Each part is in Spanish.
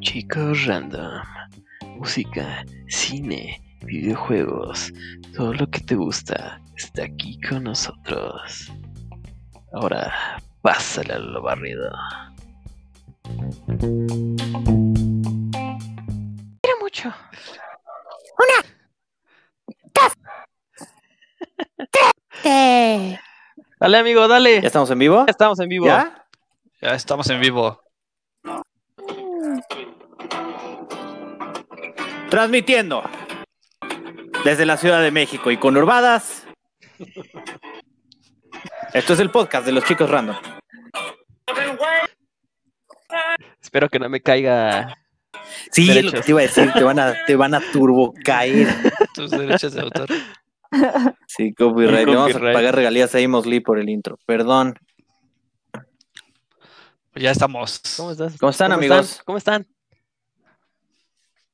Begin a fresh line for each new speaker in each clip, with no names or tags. Chicos random, música, cine, videojuegos, todo lo que te gusta está aquí con nosotros. Ahora, pásale a lo barrido.
Quiero mucho.
Eh,
Dale, amigo, dale.
¿Ya
Ya
estamos en vivo?
estamos en vivo.
¿Ya?
Ya estamos en vivo.
Transmitiendo desde la Ciudad de México y con Urbadas. Esto es el podcast de los chicos random.
Espero que no me caiga.
Sí,
Derechos.
lo que te iba a decir, te van a, te van a turbo caer.
Tus derechos de autor.
Sí, copyright. Le Vamos a
Copyright.
pagar regalías a Amos Lee por el intro. Perdón.
Ya estamos.
¿Cómo estás?
¿Cómo están, amigos?
¿Cómo están?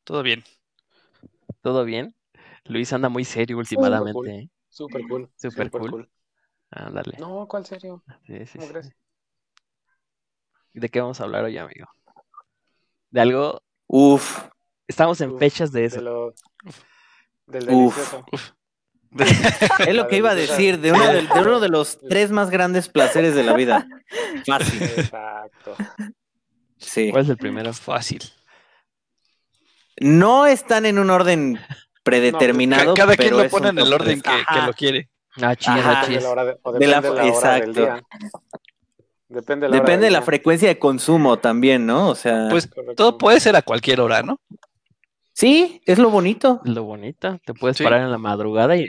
Todo bien.
¿Todo bien? Luis anda muy serio últimamente. ¿eh?
Súper cool.
Súper
Súper
cool.
cool.
Ándale.
No, ¿cuál serio?
Sí, sí,
¿Cómo
sí.
crees?
¿De qué vamos a hablar hoy, amigo? De algo.
Uf.
Estamos en
Uf,
fechas de
De
eso.
lo... Del
Uf.
delicioso.
Es lo que iba a decir, de uno de, de uno de los tres más grandes placeres de la vida. Fácil.
Exacto.
Sí.
¿Cuál es el primero?
Fácil.
No están en un orden predeterminado.
Ca- Cada quien
pero
lo
es
pone
un
en el
top
orden que,
tres.
que
Ajá.
lo quiere.
Ah, chis,
Ajá.
ah,
Depende de
chis.
la hora, de, o
De la-
depende de la hora del
exacto.
día. Depende de la hora
Depende de
del
la
día.
frecuencia de consumo también, ¿no? O sea,
Pues
Correcto.
todo puede ser a cualquier hora, ¿no?
sí, es lo bonito.
Lo bonito. Te puedes
Sí.
parar en la madrugada y.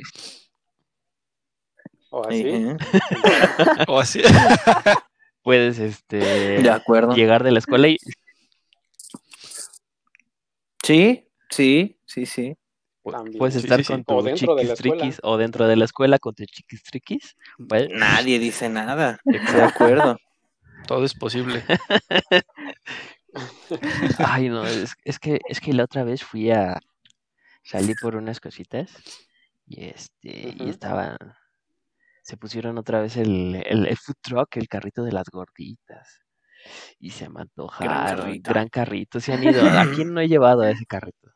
Ah,
O así.
Ujú,
O así.
puedes este
De acuerdo.
llegar de la escuela y
Sí, sí, sí, sí.
pu-
También.
puedes
Sí,
estar
sí, sí.
con
O
tus
dentro de la
chiquis
escuela.
triquis o dentro de la escuela con tus chiquis triquis. Pues,
Nadie dice nada. De acuerdo.
Todo es posible.
ay, no, es, es que es que la otra vez fui a salí por unas cositas y este y
Ujú.
estaba se pusieron otra vez el, el, el food truck, el carrito de las gorditas. Y se me antojaron.
carrito.
Gran carrito. Se han ido. ¿A quién no he llevado a ese carrito?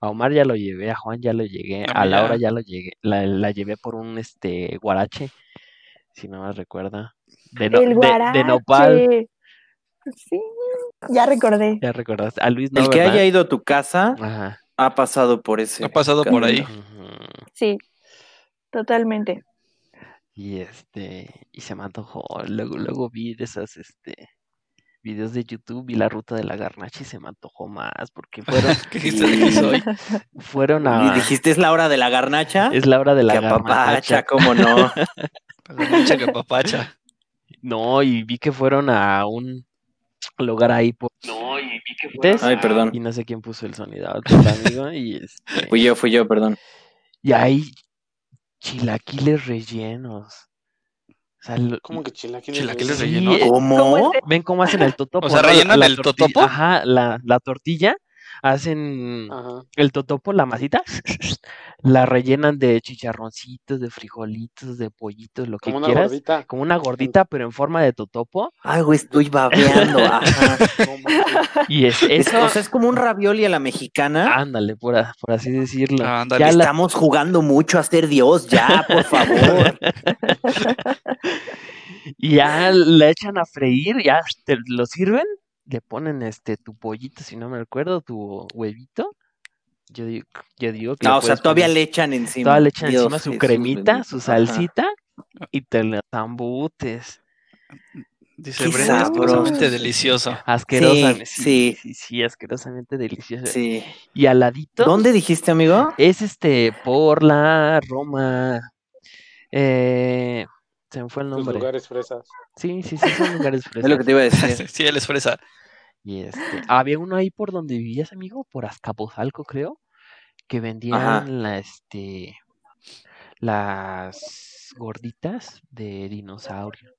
A Omar ya lo llevé, a Juan ya lo llegué,
A
a
mí
Laura
ya.
ya lo llegué, la, la llevé por un este guarache, si no me recuerda. De, no- de-
el
de,
guarache.
Nopal,
Sí, ya recordé.
ya recordaste. A Luis no,
El que
¿verdad?
haya ido a tu casa
Ajá.
ha pasado por ese.
Ha pasado por ahí.
camino.
ujú.
Sí, totalmente.
Y este, y se me antojó. Luego, luego vi de esas este videos de YouTube, vi la ruta de la garnacha y se me antojó más, porque fueron,
¿Qué dijiste de aquí soy?
fueron
Y
a
dijiste, es la hora de la garnacha.
Ah. es la hora de la
que
garnacha.
apapacha, cómo no.
Mucha capapacha.
No, y vi que fueron a un lugar ahí por No, y vi que fueron
Ay, perdón.
y no sé quién puso el sonido, otro amigo, y este,
Fui yo, fui yo, perdón.
y hay chilaquiles rellenos. O sea, lo-
¿Cómo que chilaquiles?
Chilaquiles
Sí,
rellenos.
eh,
¿Cómo?
¿Cómo es de-
ven cómo hacen el totopo.
sea,
¿no?
¿rellenan
La
el
tortilla-
totopo?
Ajá, la, la tortilla, hacen
Ajá.
el totopo, la masita, la rellenan de chicharroncitos, de frijolitos, de pollitos, lo que
Como una
quieras.
gordita.
Como una gordita, pero en forma de totopo.
Ay, güey, estoy babeando. Ajá.
No, mames.
Y es
Es-
eso.
o sea, es como un ravioli a la mexicana.
Ándale, por, a- por así decirlo.
Ah, ándale.
ya la-
Estamos jugando mucho a ser Dios, ya, por favor.
Y ya la echan a freír, ya te lo sirven, le ponen este tu pollito, si no me recuerdo, tu huevito. Yo digo, yo digo que le
No, Ah, o sea,
puedes
todavía
poner-
le echan encima.
Toda le echan
Dios
encima su
Jesús
cremita,
bendito.
su
Ajá.
salsita y te la zambutes.
Dice
Qué
Brenda, asquerosamente
sabroso.
delicioso.
Asquerosamente.
Sí,
Sí,
sí.
sí, sí, asquerosamente deliciosa.
Sí.
Y al ladito
¿Dónde dijiste, amigo?
es este por la Roma. Eh, se me fue el
Tus
nombre.
lugares fresas.
Sí, sí, sí, son lugares
Es lo
fresas.
que te iba a decir.
Sí, él es fresa.
Y este, había uno ahí por donde vivías, amigo, por Azcapotzalco, creo, que vendían la este las gorditas de dinosaurio.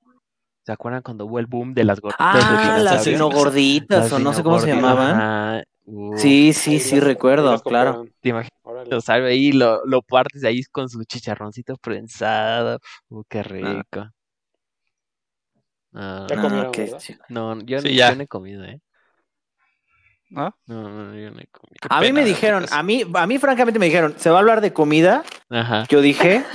¿Se acuerdan cuando hubo el boom de las gorditas de
Ah,
dinosaurio?
las
Las
enogorditas, o no sé cómo se
dinogorditas,
llamaban.
ajá, uh,
Sí, sí,
Ahí
sí,
las- ahí
recuerdo,
las
claro.
compraron.
Te imaginas
Órale.
lo sabe ahí, lo, lo partes ahí
Ah.
con su chicharroncito prensado. Uh, qué rico. No,
Ya
no, no,
comí. comieron,
ok,
¿verdad?
sí.
no, yo,
Sí,
no-
ya.
yo no he comido, ¿eh?
¿No?
No, no, yo no he comido.
A mí
pena,
me
en tu
dijeron,
pues.
caso.
a mí, a mí francamente me dijeron, ¿se va a hablar de comida?
Ajá.
Yo dije,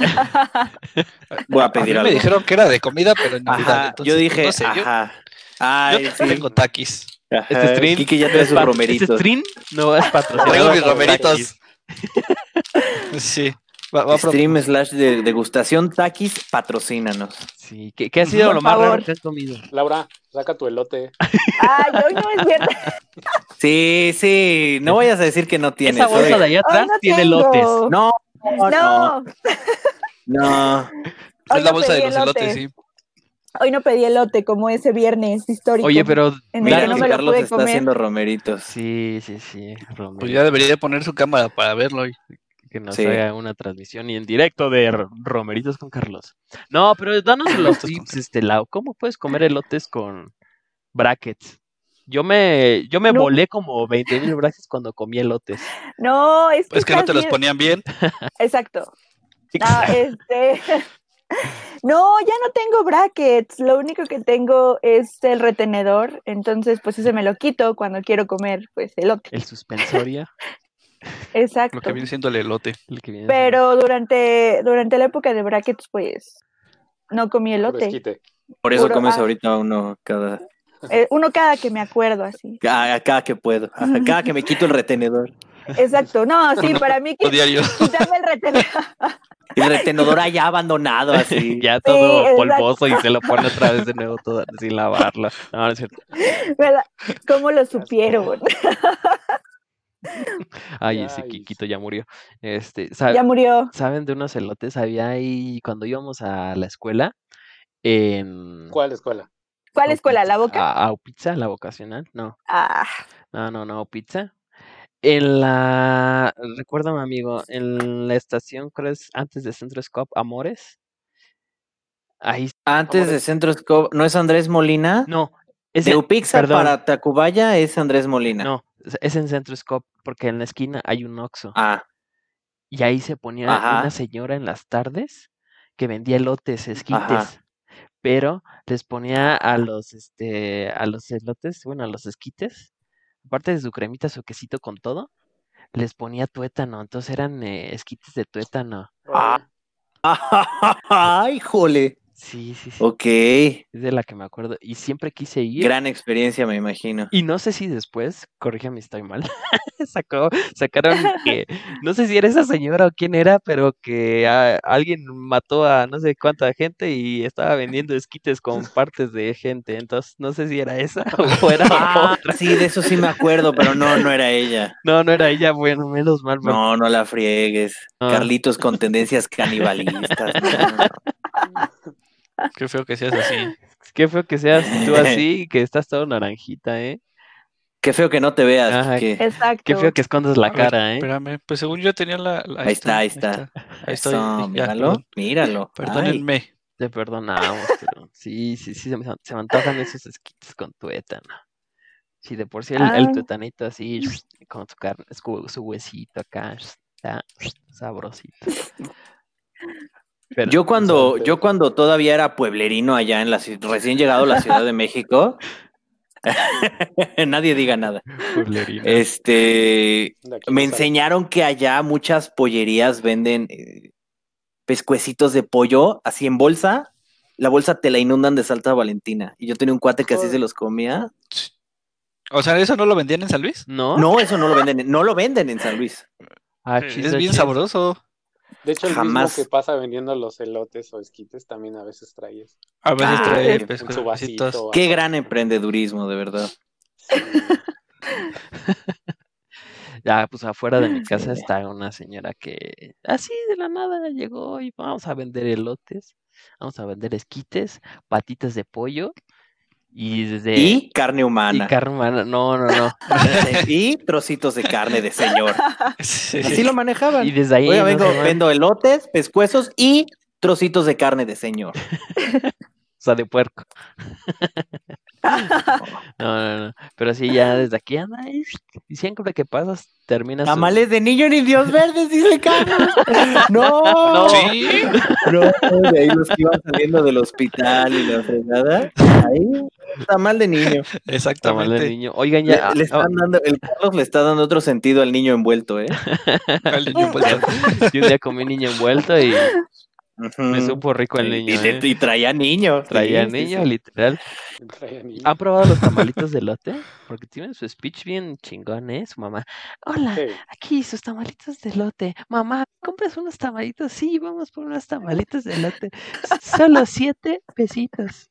voy a
A mí
pedir
me
algo.
dijeron que era de comida, pero en Navidad.
Ajá,
entonces, pues,
yo dije,
no sé, yo-
ajá. Ay,
yo
sí.
tengo taquis.
Ajá,
Este stream
Kiki ya trae sus
Pat-
romeritos.
Este stream no es
Ah,
patrocinado.
Traigo mis
por
romeritos.
Takis.
Sí. Va, va a pro-
Stream slash de degustación taquis, patrocínanos.
Sí, ¿qué, qué ha sido
Por
lo más raro
favor.
que has comido?
Laura, saca tu elote.
Ay, hoy no es viernes.
Sí, sí, no vayas a decir que no tienes.
Esa bolsa
oye.
de allá atrás
Hoy no
tiene
tengo.
lotes.
No, no, no,
No,
no.
Hoy
es la
no
bolsa de
pedí
los
elote.
elotes, sí.
hoy no pedí elote como ese viernes histórico.
Oye, pero.
En
Mira
el que
que
no
que-
me lo
Carlos
pude
está
comer.
haciendo romeritos.
Sí, sí, sí. Romero.
Pues ya debería poner su cámara para verlo. y-
que nos
Sí.
haga una transmisión y en directo de R- Romeritos con Carlos. No, pero danos los tips, este Lau. ¿Cómo puedes comer elotes con brackets? Yo me, yo me
No.
volé como 20 mil brackets cuando comí elotes.
No, es que,
Es que no
estás
te los
bien-
ponían bien.
Exacto. No, este. No, ya no tengo brackets. Lo único que tengo es el retenedor. Entonces, pues ese me lo quito cuando quiero comer, pues elote.
El suspensoria,
Exacto.
Lo que viene siendo el elote.
el que viene siendo-
Pero durante, durante la época de brackets, pues no comí
Por
elote.
desquite.
Por eso
Puro-
comes
ah.
ahorita uno cada,
Eh, uno cada que me acuerdo así.
cada, cada que puedo, ajá, cada que me quito el retenedor.
Exacto. No, sí, para mí
O
qui-
Oh, diario.
quitarme el retenedor.
El retenedor allá abandonado así.
Ya todo
exacto.
polvoso y se lo pone otra vez de nuevo todo sin lavarlo. No, no es cierto.
me da- ¿Cómo lo supieron?
Ay, ese
Ay.
Kikito ya murió. Este, ¿sabe-
Ya murió.
¿Saben de unos elotes? Había ahí cuando íbamos a la escuela. En...
¿Cuál escuela?
¿Cuál
Au
escuela?
Pizza.
¿La boca?
A, a pizza, la vocacional. No,
Ah,
no, no, no, pizza. En la, recuérdame amigo, en la estación, creo es antes de Centro Scope, Amores. Ahí,
Antes de Centro Scope, ¿no es Andrés Molina?
no, es
de
en,
Upixa
perdón.
para Tacubaya es Andrés Molina.
no, es- es en Centro Scope, porque en la esquina hay un Oxxo.
Ah,
Y ahí se ponía
Ajá.
una señora en las tardes que vendía elotes, esquites. Pero les ponía a los, este, a los elotes, bueno, a los esquites, aparte de su cremita, su quesito con todo, les ponía tuétano. Entonces eran eh, esquites de tuétano.
Ah. ¡Ay, jole!
Sí, sí, sí.
Ok,
Es de la que me acuerdo. Y siempre quise ir.
gran experiencia, me imagino.
Y no sé si después, corrígeme si estoy mal, sacó, sacaron que, no sé si era esa señora o quién era, pero que ah, alguien mató a no sé cuánta gente y estaba vendiendo esquites con partes de gente. Entonces, no sé si era esa o era
Ah,
otra.
sí, de eso sí me acuerdo, pero no, no era ella.
No, no era ella, bueno, menos mal. porque-
No, no la friegues.
Ah.
Carlitos con tendencias canibalistas. no, no, no.
Qué feo que seas así.
Qué feo que seas tú así y que estás todo naranjita, ¿eh?
Qué feo que no te veas.
Ajá,
que-
exacto.
Qué feo que escondas la
A ver,
cara, ¿eh?
Espérame, pues según yo tenía la. la-
Ahí está, ahí está.
Ahí estoy.
Eso,
ya,
míralo, míralo.
perdón, Perdónenme.
Te perdonamos, pero sí, sí, sí, se me, se me antojan esos esquites con tuétano. Sí, de por sí el, el
Ah.
tuétanito así, con su carne, su, su huesito acá, está sabrosito.
Ay.
Pero,
Yo cuando,
Interesante.
yo cuando todavía era pueblerino allá en la ci- recién llegado a la Ciudad de México, nadie diga nada.
pueblerino.
Este,
De aquí
me
no sale.
enseñaron que allá muchas pollerías venden eh, pescuecitos de pollo así en bolsa. La bolsa te la inundan de salsa Valentina. Y yo tenía un cuate que así
Joder.
se los comía.
O sea, ¿eso no lo vendían en San Luis?
¿No?
No, eso no lo venden, en- no lo venden en San Luis.
Ah,
Es
chis, ah,
bien
chis.
sabroso.
De hecho, el
Jamás.
mismo que pasa vendiendo los elotes o esquites también a veces traes.
A veces
Ah,
trae
sí.
En su vasito.
pescuecitos.
Qué gran emprendedurismo, de verdad.
Sí.
Ya, pues afuera de mi casa
Sí.
está una señora que así de la nada llegó y vamos a vender elotes, vamos a vender esquites, patitas de pollo y desde...
Y carne
Y
humana.
carne humana, no, no, no.
Y trocitos de carne de señor.
Sí.
Así lo manejaban.
Y desde ahí
Oiga,
no
vengo,
se van.
vendo elotes, pescuezos y trocitos de carne de señor.
O sea, de puerco. no, no, no. Pero sí, ya desde aquí anda. Y Y siempre que pasas, terminas. sus-
Tamales de niño ni Dios verdes, dice Carlos. No,
No.
Sí,
no, de ahí los que iban saliendo del hospital y la fregada. Ahí, tamal de niño.
Tamal de
exactamente.
niño. Oigan,
Le,
ya. ah, oh.
le están dando, el Carlos le está dando otro sentido al niño envuelto, ¿eh?
Al niño pues, envuelto.
Yo pues, un día comí niño envuelto y me
Ujú.
supo rico el
Mm. Y,
niño.
te-
¿eh?
y traía niño.
Traía
Sí, sí,
niño,
sí.
literal.
Traían y-
Ah,
¿Han probado los tamalitos de lote? Porque tienen su speech bien chingón, ¿eh? Su mamá. Hola,
Sí.
aquí sus tamalitos de lote. Mamá, ¿compras unos tamalitos? Sí, vamos por unos tamalitos de lote. Solo siete pesitos.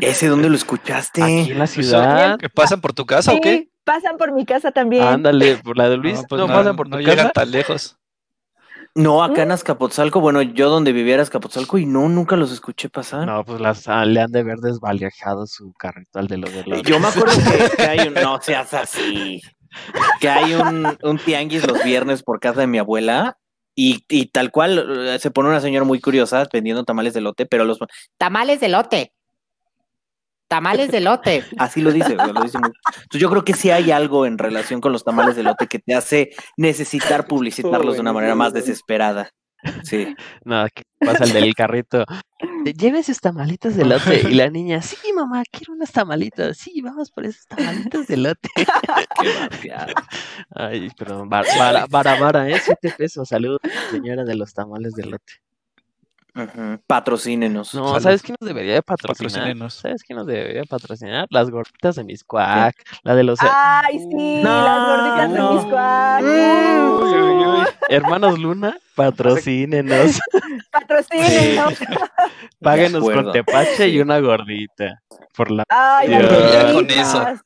¿Ese dónde lo escuchaste?
Aquí en la
Pues,
ciudad.
¿Que pasan por tu casa o qué?
Sí, pasan por mi casa también.
Ándale, por la de Luis.
pues
no, pasan por tu
no
casa.
llegan tan lejos.
No,
Uh.
acá en Azcapotzalco, bueno, yo donde vivía era Azcapotzalco y no, nunca los escuché pasar.
No, pues las, ah, le han de haber desvalijado su carrito al de los de lote.
Yo me acuerdo que, que hay un, no seas así, que hay un, un tianguis los viernes por casa de mi abuela y, y tal cual eh, se pone una señora muy curiosa vendiendo tamales de lote, pero los
Tamales de lote. Tamales de lote.
así lo dice. güey, lo dice muy- Entonces yo creo que sí hay algo en relación con los tamales de lote que te hace necesitar publicitarlos de una manera más desesperada. Sí.
No, ¿qué pasa el del carrito? de, Lleve sus tamalitas de lote. Y la niña, sí, mamá, quiero unas tamalitas. Sí, vamos por esas tamalitas de lote. Ay, perdón, vara, vara, vara, vara, ¿eh? Siete pesos. Saludos, señora de los tamales de lote.
Ujú. Patrocínenos.
No,
Salud.
¿sabes quién nos debería de patrocinar?
Patrocínenos.
¿Sabes quién nos debería patrocinar? Las gorditas de Miscuac, la de los eh,
Ay, sí,
Mm. No,
las gorditas
no. Mm.
de Miscuac.
Uy, uy, uy.
hermanos Luna, patrocínenos.
Patrocínenos.
Páguenos
acuerdo.
con tepache y
Sí.
una gordita. Por la
Ay,
Ya,
las gorditas.
con eso.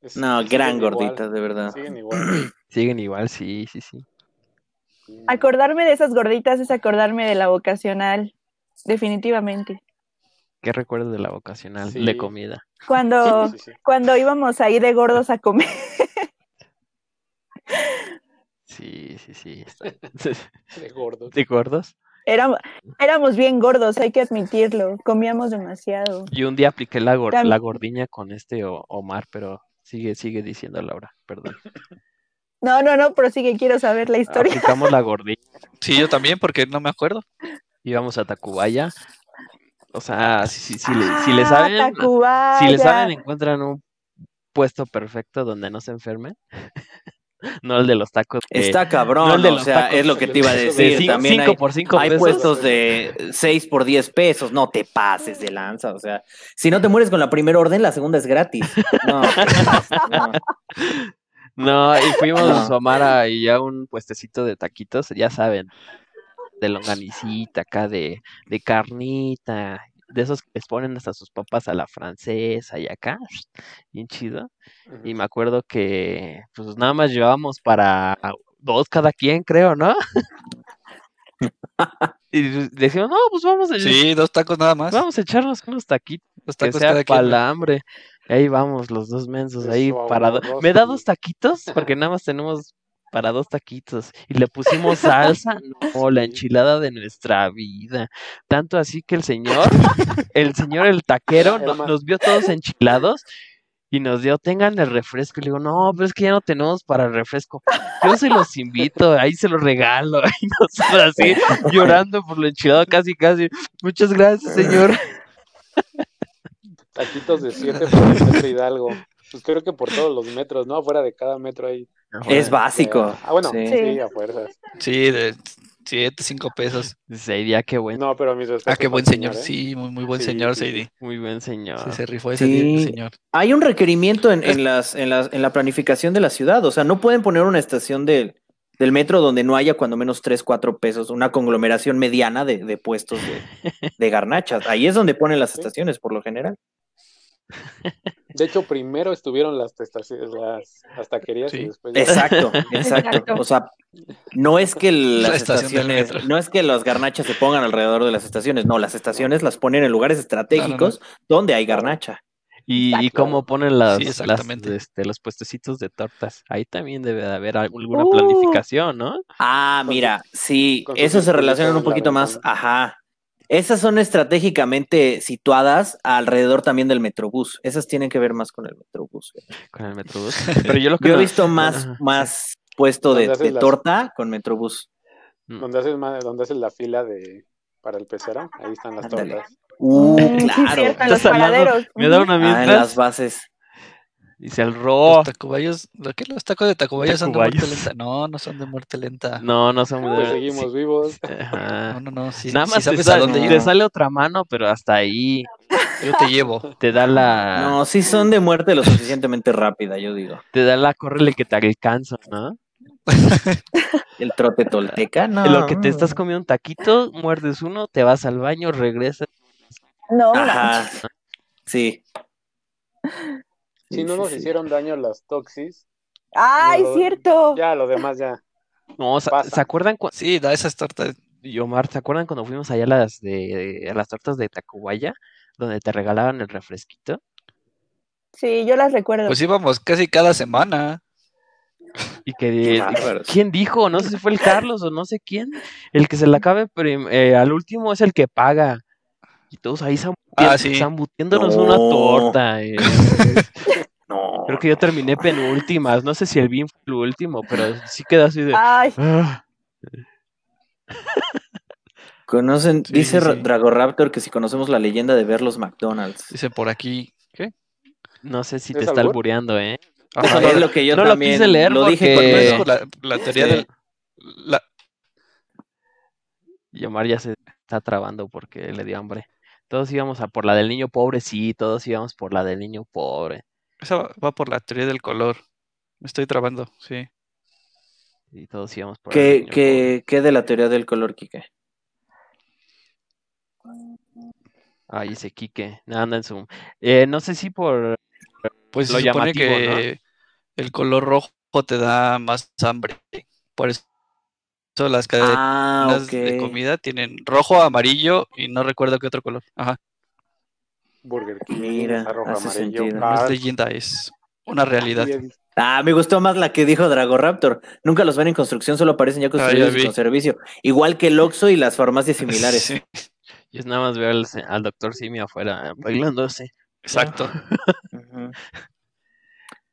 Es-
No,
siguen
gran
igual,
gordita, de verdad.
Siguen igual.
siguen igual, sí, sí, sí.
Mm.
Acordarme de esas gorditas es acordarme de la vocacional. Definitivamente.
¿Qué recuerdas de la vocacional de
Sí.
comida?
Cuando,
Sí, sí, sí.
cuando íbamos ahí de gordos a comer.
Sí, sí, sí. está-
De gordo.
¿Te acuerdas?
Éramos, éramos bien gordos, hay que admitirlo. Comíamos demasiado.
Yo un día apliqué la, gor-
Tam-
la gordiña con este O- Omar, pero sigue, sigue diciendo Laura, perdón.
No, no, no, prosigue, quiero saber
Ah,
la historia.
Aplicamos la gordiña,
Sí, yo también, porque no me acuerdo.
íbamos a Tacubaya. O sea, si, si, si, le, si
Ah,
le saben, si
Tacubaya.
le saben, encuentran un puesto perfecto donde no se enfermen. no el de los tacos. de-
Está cabrón,
No, el de
o
los
sea,
tacos.
es lo que te iba a
De
de
decir.
5
También hay,
por 5
hay
pesos.
puestos de 6 por 10 pesos. No te pases de lanza, o sea, si no te mueres con la primera orden, la segunda es gratis. No, no.
No, y fuimos
No.
a Omar y a un puestecito de taquitos, ya saben, de longanicita, acá de, de carnita, de esos que les ponen hasta sus papas a la francesa y acá, bien chido.
Ujú.
Y me acuerdo que pues nada más llevábamos para dos cada quien, creo, ¿no? Y pues, decíamos, no, pues vamos a,
Sí, dos tacos nada más.
vamos a echarnos unos taquitos
Dos
que
tacos
sea
cada quien.
palambre. Y ahí vamos, los dos mensos, ahí
Eso,
para do-
ahorroso,
Me da
güey.
dos taquitos, porque nada más tenemos para dos taquitos. Y le pusimos salsa, no, la
Sí.
enchilada de nuestra vida. Tanto así que el señor, el señor, el taquero, no-
Hermano.
nos vio todos enchilados. Y nos dio, tengan el refresco. Y le digo, no, pero es que ya no tenemos para el refresco. Yo se los invito, ahí se los regalo. Y nosotros así, llorando por lo enchilado, casi, casi. Muchas gracias, señor.
Taquitos de 7 por el metro Hidalgo. Pues creo que por todos los metros, ¿no? Afuera de cada metro hay.
Es básico.
Ah, bueno,
Sí.
sí,
Sí.
a fuerzas.
Sí, de siete, cinco pesos.
Sería qué buen,
No, pero mis respetos.
Ah, qué buen
al
señor.
¿eh?
Sí, muy, muy buen
Sí,
señor,
sí,
Sadie.
muy buen señor.
Sí, se rifó ese
Sí.
día, el señor.
Hay un requerimiento en, en las, en, las- en la planificación de la ciudad, o sea, no pueden poner una estación del, del metro donde no haya cuando menos 3, 4 pesos, una conglomeración mediana de, de puestos de, de garnachas. Ahí es donde ponen las
Sí.
estaciones, por lo general.
De hecho, primero estuvieron las testaciones, las, las taquerías
Sí.
y después. ya-
Exacto, exacto.
Exacto.
O sea, no es que
La
las
estación del
estaciones,
metro.
no es que las garnachas se pongan alrededor de las estaciones, no, las estaciones las ponen en lugares estratégicos donde hay
Claro.
garnacha.
Y, y
Exacto.
cómo ponen las, las,
exactamente.
este, los puestecitos de tortas. Ahí también debe de haber alguna
Uh.
planificación, ¿no?
Ah,
Con
mira, sí,
con su
eso se
circulito
relaciona
en
un
la
poquito más,
ventana.
ajá, Esas son estratégicamente situadas alrededor también del Metrobús. Esas tienen que ver más con el Metrobús.
Con el Metrobús. Pero yo lo que
Yo he
no-
visto más,
Ajá.
más puesto
Donde
de,
haces
de
las-
torta con Metrobús.
Donde haces, ma- donde haces la fila de para el pecero, ahí están las
Ándale.
tortas.
Uh,
Mm, sí,
claro.
cierto, en
Estás
los
hablando-
paraderos.
Me da
Ujú.
una
Ah, en las
mientras.
bases.
Dice al
Los
Oh.
ro.
tacubayos, ¿lo que los tacos de Tacubaya son de muerte
Tacubayos.
lenta? No, no son de muerte lenta. No,
No, no son muy
Ah,
Pues
de-
seguimos vivos.
Ajá.
no, no. Si,
Nada más te,
sabes a
sale,
dónde
te
ir,
sale otra mano, pero hasta ahí
yo te llevo.
te da la.
No, sí son de muerte lo suficientemente rápida, yo digo.
Te da la córrele que te alcanzo, ¿no?
El trote tolteca, no.
Lo que te estás comiendo un taquito, muerdes uno, te vas al baño, regresas.
No,
Ajá. Sí.
Si no
Sí,
nos
sí, sí.
hicieron daño las toxis,
Ay,
No,
cierto.
ya lo demás ya.
No, ¿se,
Pasa.
¿se acuerdan cuando
Sí, da esas tortas.
y Omar, ¿se acuerdan cuando fuimos allá a las de a las tortas de Tacubaya? Donde te regalaban el refresquito.
Sí, yo las recuerdo.
Pues íbamos casi cada semana.
Y que
bárbaros.
¿quién dijo? No sé si fue el Carlos o no sé quién. El que se la acabe prim- eh, al último es el que paga. Y todos ahí zambutien-
Ah, sí.
zambutiéndonos
No.
una torta. eh.
No.
Creo que yo terminé penúltimas. No sé si el BIM fue el último, pero sí quedó así de.
Ay,
"Ah".
Conocen,
Sí,
dice
sí,
Ra-
sí.
Dragoraptor que si conocemos la leyenda de ver los McDonald's.
Dice por aquí. ¿Qué?
No sé si
¿Es
te está
albur?
albureando, ¿eh?
Ajá,
es lo que yo
no lo
también
quise leer
lo dije
porque-
Por
Eh,
eso
con
la, la teoría
sí.
del. La,
Y Omar ya se está trabando porque le dio hambre. Todos íbamos a por la del niño pobre, sí, todos íbamos por la del niño pobre.
esa va va por la teoría del color. Me estoy trabando, sí.
Y todos íbamos por la del
¿Qué,
niño
qué, ¿Qué de la teoría del color, Kike?
pobre. Ay, ese Quique, anda en Zoom. Eh, no sé si por.
Pues
Lo
se supone
llamativo, ¿no?
que el color rojo te da más hambre. Por eso eso las cadenas
Ah, ok.
de comida tienen rojo, amarillo y no recuerdo qué otro color. Ajá,
Burger King,
Mira,
está rojo,
hace
amarillo,
sentido.
no es
Carl,
leyenda, es una realidad.
bien.
Ah, me gustó más la que dijo Dragoraptor. Nunca los ven en construcción, solo aparecen ya construidos y
vi.
con servicio. Igual que el Oxxo y las farmacias similares.
Sí,
Yo nada más veo al, al doctor Simi afuera bailándose.
exacto.
Ah. Ujú.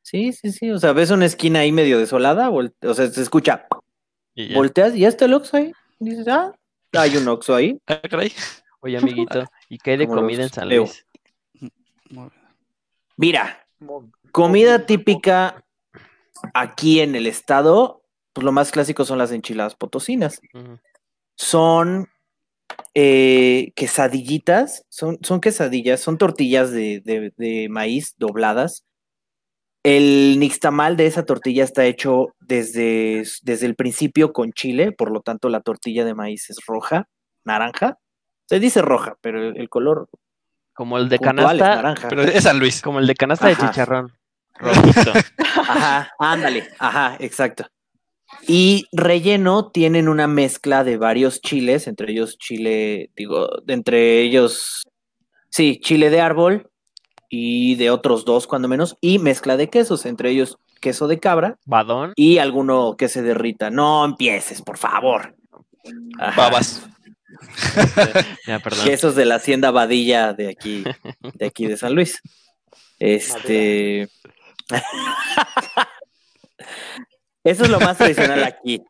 Sí, sí, sí. O sea, ves una esquina ahí medio desolada, Vol- o sea, se escucha,
Y ya.
volteas y ya está el Oxxo ahí. Dices, ah, hay un Oxxo ahí.
Ah, caray.
Oye, amiguito, ¿y qué hay de
Como los
comida en San
Leo.
Luis?
Mira,
Mo-
comida típica aquí en el estado, pues lo más clásico son las enchiladas potosinas.
Ujú.
son eh, quesadillitas, son, son quesadillas, son tortillas de, de- de maíz dobladas. El nixtamal de esa tortilla está hecho desde, desde el principio con chile, por lo tanto la tortilla de maíz es roja, naranja. Se dice roja, pero el, el color
Como el de
puntual es
canasta.
naranja.
Pero es San Luis.
Como el de canasta de
Ajá.
chicharrón. Rojito.
Ajá, ándale, ajá, exacto. Y relleno tienen una mezcla de varios chiles, entre ellos chile, digo, entre ellos, sí, chile de árbol y de otros dos, cuando menos, y mezcla de quesos, entre ellos queso de cabra
Badón.
y alguno que se derrita. No empieces, por favor. Ajá,
Babas.
Ya, perdón.
quesos de la hacienda Badilla de aquí, de aquí de San Luis. Este. Eso es lo más tradicional aquí.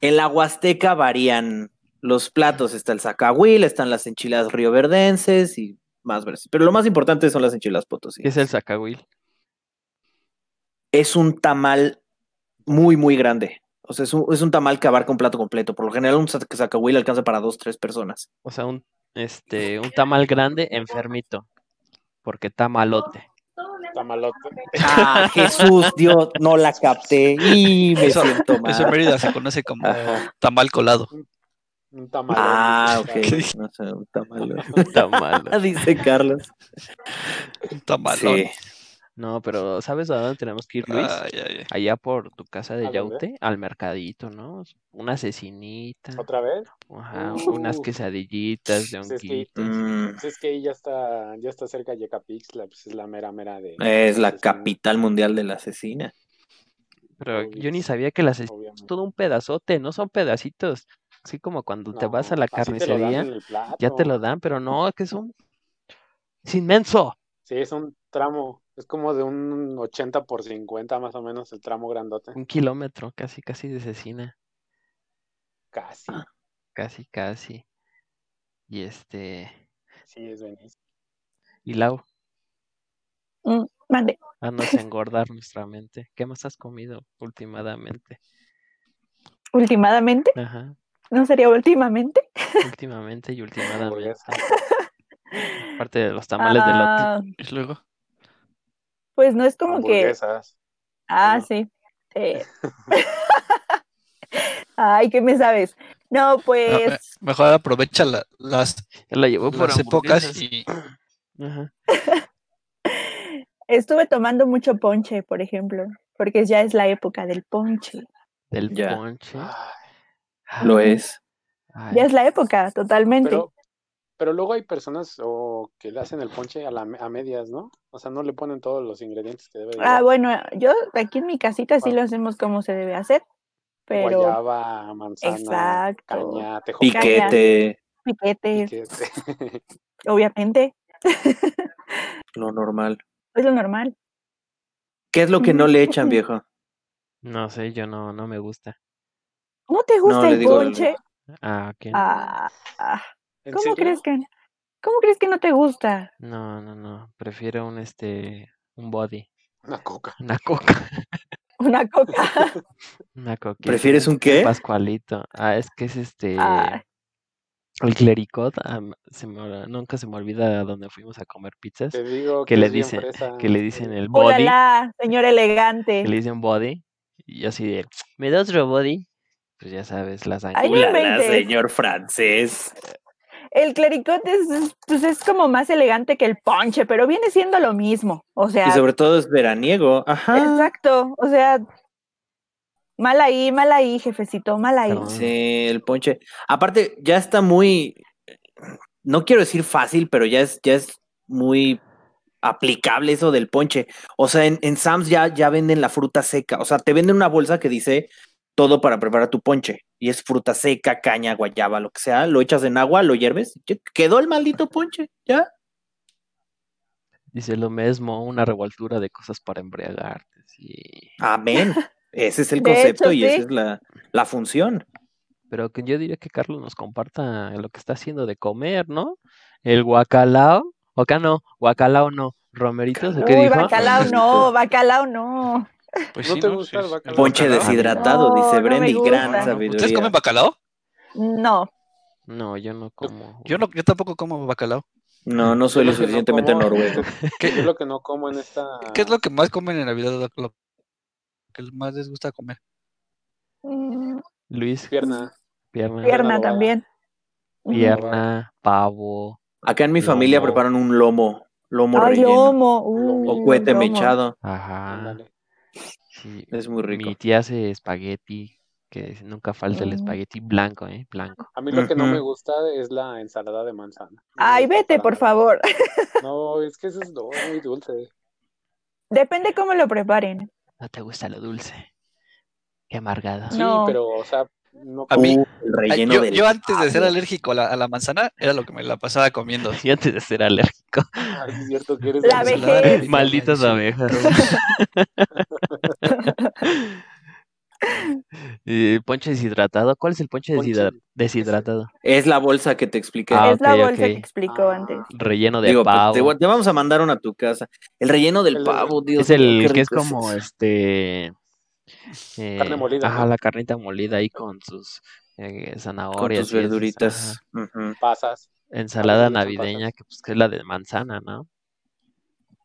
En la Huasteca varían los platos. Está el zacahuil, están las enchiladas rioverdenses y más. vers- Pero lo más importante son las enchiladas potosí.
¿Qué es el sacahuil?
Es un tamal muy, muy grande. O sea, es un, es un tamal que abarca un plato completo. Por lo general, un zac- zacahuil alcanza para dos, tres personas.
O sea, un, este, un tamal grande enfermito. Porque tamalote.
Tamalote.
¡Ah, Jesús, Dios! No la capté. Y me
Eso-
siento mal.
Eso en Mérida se conoce como
Ajá.
tamal colado.
Un tamalote.
Ah, ok.
¿Qué dije?
No sé, un tamal.
Tamalote.
Dice Carlos.
Un tamalón.
Sí.
No, pero ¿sabes a dónde tenemos que ir, Luis?
Ay, ay, ay.
Allá por tu casa de
¿A dónde?
Yaute, al mercadito, ¿no? Una cecinita,
¿Otra vez?
ajá, unas
Uh.
quesadillitas de
Sí, sí.
honguitos.
Mm,
Pues es que ahí ya está, ya está cerca Yecapixtla, pues es la mera mera de.
es la
de-
capital mundial de la asesina.
Pero
Obvio.
yo ni sabía que las es
Obviamente.
todo un pedazote, no son pedacitos. así como cuando te
No,
vas a la
así te lo dan
carnicería,
en el plato.
ya te lo dan, pero no, es que es un... Es inmenso.
Sí, es un tramo. Es como de un 80 por 50 más o menos el tramo grandote.
Un kilómetro, casi, casi de cecina.
Casi.
Casi, casi. Y este...
Sí, es buenísimo.
Y Lau,
Mm, mande.
haznos engordar nuestra mente. ¿Qué más has comido últimamente?
Últimamente,
Ajá.
no sería últimamente.
Últimamente y últimamente.
Hamburguesa.
Aparte de los tamales de la...
Ah,
Y luego,
Pues no es como que.
Hamburguesas.
Ah,
¿no?
sí. Eh. Ay, ¿qué me sabes? No, pues
mejor aprovecha la- las,
Él la llevó por
las épocas
hamburguesas.
y
Ajá.
estuve tomando mucho ponche, por ejemplo, porque ya es la época del ponche.
Del
Ya.
ponche.
Ay,
Ah,
Lo es.
Ay,
Ya es la época, totalmente.
Pero, pero luego hay personas o que le hacen el ponche a, la, a medias, ¿no? O sea, no le ponen todos los ingredientes que debe de
Ah,
llevar.
bueno, yo aquí en mi casita sí
Bueno.
lo hacemos como se debe hacer, pero
Guayaba, manzana,
Exacto.
caña, tejocote,
Piquete,
piquete,
piquete.
obviamente,
lo normal.
es lo normal.
¿Qué es lo que no le echan, viejo?
No sé, yo no, no me gusta.
¿No te gusta
le
el
digo el-
ponche?
Ah, ok.
Ah, ah,
¿En
¿Cómo
serio?
crees que cómo crees que no te gusta?
No, no, no. Prefiero un este un body.
Una coca.
Una coca.
Una coca.
Una coquita.
¿Prefieres un qué?
Pascualito. Ah, es que es este.
Ah.
El clericot. ah, m- se me ol- nunca se me olvida donde fuimos a comer pizzas.
Te digo
Que
que
le
es bien
dicen-
fresa.
Que le dicen el body.
Hola, señor elegante.
Que le dicen body. Y yo así de. ¿Me das otro body? Pues ya sabes, las
Ay,
anguilas.
inventes.
Ulala, señor francés.
El clericot es, es- pues es como más elegante que el ponche, pero viene siendo lo mismo. O sea,
Y sobre todo es veraniego. Ajá.
exacto. O sea, mal ahí, mal ahí, jefecito, mal ahí.
Perdón.
Sí, el ponche. Aparte, ya está muy. No quiero decir fácil, pero ya es, ya es muy aplicable eso del ponche. O sea, en, en Sam's ya, ya venden la fruta seca. O sea, te venden una bolsa que dice todo para preparar tu ponche. Y es fruta seca, caña, guayaba, lo que sea. Lo echas en agua, lo hierves. y ya Quedó el maldito ponche. Ya.
Dice lo mismo, una revoltura de cosas para embriagarte. Sí.
Amén. Ese es el
De hecho,
concepto y
sí.
esa es la, la función.
Pero que yo diría que Carlos nos comparta lo que está haciendo de comer, ¿no? El guacalao. Acá no, guacalao no. Romeritos, ¿o qué
Uy,
dijo?
bacalao no, bacalao no.
pues
¿No
sí,
te
¿no?
gusta
Sí,
el
es-
bacalao? Ah,
Ponche
bacalao.
deshidratado,
No,
dice
no me
Brenda, y gran
gusta.
sabiduría.
¿Ustedes comen bacalao?
No.
No, yo no como.
Yo, no, yo tampoco como bacalao.
No, no soy lo
Yo lo que no
suficientemente
como-
noruego.
¿Qué-
Yo lo que no como en esta.
¿Qué es lo que más comen en Navidad? Lo, lo que más les gusta comer.
Mm,
Ah, Luis,
Pierna.
pierna, pierna,
Pierna
adobada.
también.
pavo.
Acá en mi
Lomo.
familia preparan un lomo, lomo
Ay,
relleno
lomo.
Lomo.
o
uy,
cuete
lomo.
mechado.
Ajá.
Ándale.
sí.
Es muy rico.
Mi tía hace espagueti, que es- nunca falta el
Mm.
espagueti blanco, ¿eh? Blanco.
A mí lo que no me
Ujú.
gusta es la ensalada de manzana. No me
Ay,
gusta
vete,
para
por
nada.
favor.
No, es que eso es no, muy dulce.
Depende cómo lo preparen.
¿No te gusta lo dulce? Qué amargado.
Sí,
No.
pero, o sea, no
A mí-
Uh, el
Ay,
relleno
yo,
del
yo antes de ser
pavo.
alérgico a la, a la manzana, era lo que me la pasaba comiendo.
Yo antes de ser alérgico.
Ay, es cierto que eres.
La
de-
Ensalada
vejez.
de-
Malditas
Sí.
abejas. Y el Eh, ponche deshidratado. ¿Cuál es el ponche,
Ponche
deshidra- deshidratado?
Es la bolsa que te expliqué.
Ah,
es la
ok,
bolsa
ok.
que explicó
Ah.
antes.
Relleno de
Digo, pues,
pavo.
te, te vamos a mandar una a tu casa. El relleno del
El-
pavo, Dios
es el
mío, qué
que es
rico
como
eso.
este. eh,
molida,
Ajá,
¿no?
la carnita molida ahí con sus eh,
con
zanahorias.
tus
y esas,
verduritas. Ujú.
Pasas.
ajá. Ensalada
no le echan
navideña,
pasas.
que, pues, que es la de manzana, ¿no?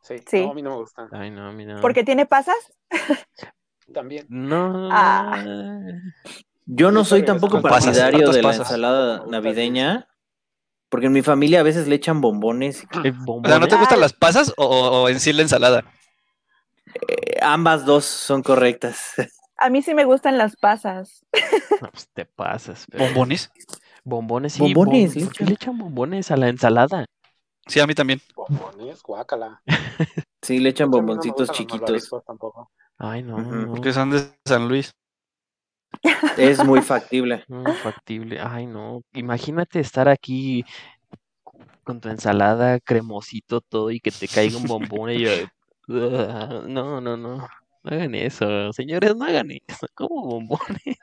Sí.
Sí.
No, a mí no me gusta.
Ay, no, mira.
Porque tiene pasas.
También.
No. Eh,
Ah.
Yo no
Ahorita
soy
regresamos.
tampoco
Con pasas,
partidario
hartas
de la
pasas.
ensalada
Con pasas.
navideña, porque en mi familia a veces le echan bombones.
eh,
O sea, ¿no te
bombones.
gustan
Ay.
las pasas o, o en sí la ensalada?
Eh, ambas dos son correctas.
A mí sí me gustan las pasas.
No, pues, te pasas. pero-
¿Bombones?
Bombones, sí.
Bombones,
bom-
le
¿por qué
echan.
le echan bombones a la ensalada?
Sí, a mí también.
Bombones, guácala.
Sí, le echan
De hecho, a mí no me
bomboncitos
gustan los
chiquitos.
malvaviscos tampoco.
Ay, no,
Ujú,
no.
Porque son de San Luis.
Es muy factible.
No, factible. Ay, no. Imagínate estar aquí con tu ensalada, cremosito todo y que te caiga un bombón y yo... "Ugh, No, no, no. No hagan eso. Señores, no hagan eso. Como bombones.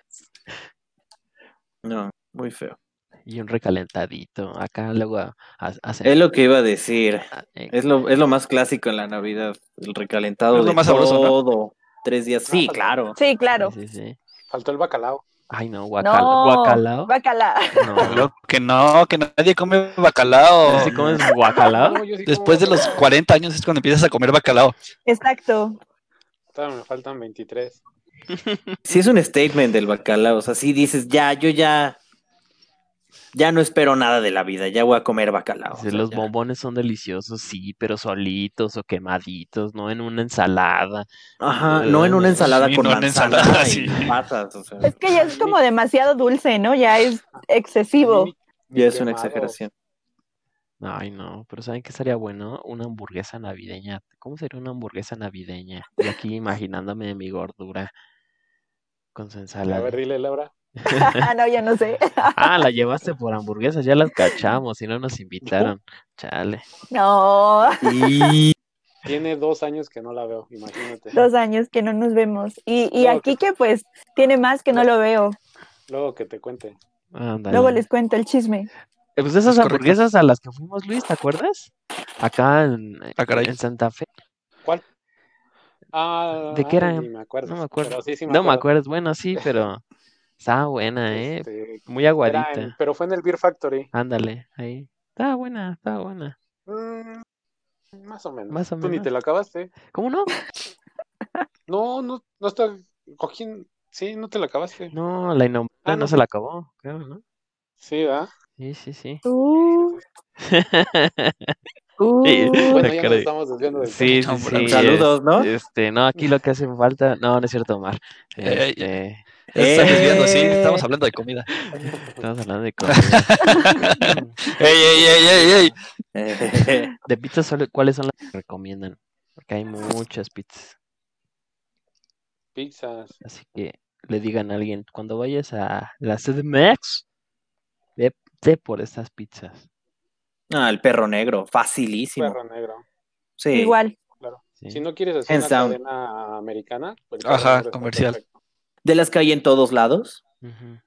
No, muy feo.
Y un recalentadito. Acá luego a- a- hacen...
Es lo que iba a decir.
Ah, eh,
Es lo, es lo más clásico en la Navidad, el recalentado
Es lo
de
más sabroso, ¿no? pues,
todo. Tres días. Sí, claro.
Sí, claro.
sí, sí, sí.
Faltó el bacalao.
Ay, no, guacal-
No,
guacalao.
Bacalao.
No,
Claro que no, que nadie come bacalao.
¿Sí comes guacalao?
No, yo sí como
Después de los
bacalao.
40 años es cuando empiezas a comer bacalao.
Exacto.
Todavía me faltan 23.
Sí es un statement del bacalao. O sea, sí dices, ya, yo ya. Ya no espero nada de la vida, ya voy a comer bacalao.
Dice,
O sea,
los
ya.
bombones son deliciosos, sí, pero solitos o quemaditos, no en una ensalada.
Ajá, no en una
Sí,
ensalada
no
con
en
manzana
ensalada,
y
sí.
pasas, o sea,
Es que ya es como demasiado dulce, ¿no? Ya es excesivo.
ya es una
quemado.
exageración.
Ay, no, pero ¿saben qué sería bueno? Una hamburguesa navideña. ¿Cómo sería una hamburguesa navideña? Y aquí imaginándome de mi gordura con su
A ver,
ensalada.
dile, Laura.
Ah, no, ya no sé.
Ah, la llevaste por hamburguesas, ya las cachamos, si no nos invitaron. Chale.
No,
Y
Tiene dos años que no la veo, imagínate.
dos años que no nos vemos. Y, y
No,
aquí que pues tiene más que no lo veo.
Luego que te cuente.
Ándale.
Luego les cuento el chisme.
Eh, Pues esas
Es correcto.
hamburguesas a las que fuimos, Luis, ¿te acuerdas? Acá en,
Ah, caray.
en Santa Fe.
Ah,
¿De qué era?
ay, ni me acuerdo.
No me acuerdo.
Pero sí, sí me
No me
acuerdo.
acuerdo, bueno, sí, pero estaba buena, ¿eh?
Este,
Muy
era
aguadita.
en- pero fue en el Beer Factory.
Ándale, ahí. Estaba buena, estaba buena.
Mm, más o menos.
Más o
Tú ni
menos.
te la acabaste.
¿Cómo no?
No, no, no está. Joaquín, sí, no te la acabaste.
No, la innombrable
Ah,
no
no.
se la acabó, creo, ¿no?
Sí, ¿verdad?
Sí, sí, sí.
Uh,
Sí,
uh.
Bueno,
la
ya
cara
nos
de-
estamos desviando del
Sí, sí,
no,
sí,
pero-
saludos, ¿no?
Este, no, aquí lo que hace falta, no, no es cierto, Omar.
Ey.
Este,
Ya se Están
Eh.
desviando, sí, estamos hablando de comida.
estamos hablando de comida.
¡Ey, ey, ey, ey, ey!
De pizzas, solo- ¿cuáles son las que recomiendan? Porque hay muchas pizzas.
pizzas.
Así que le digan a alguien, cuando vayas a la CDMX, ve, ve por estas pizzas.
Ah, el perro negro, facilísimo.
Perro negro.
Sí.
Igual.
¿sí?
Si no quieres hacer
Hands
una
down.
cadena americana, pues,
Ajá,
perro negro está
comercial.
perfecto.
De las que hay en todos lados,
Ujú.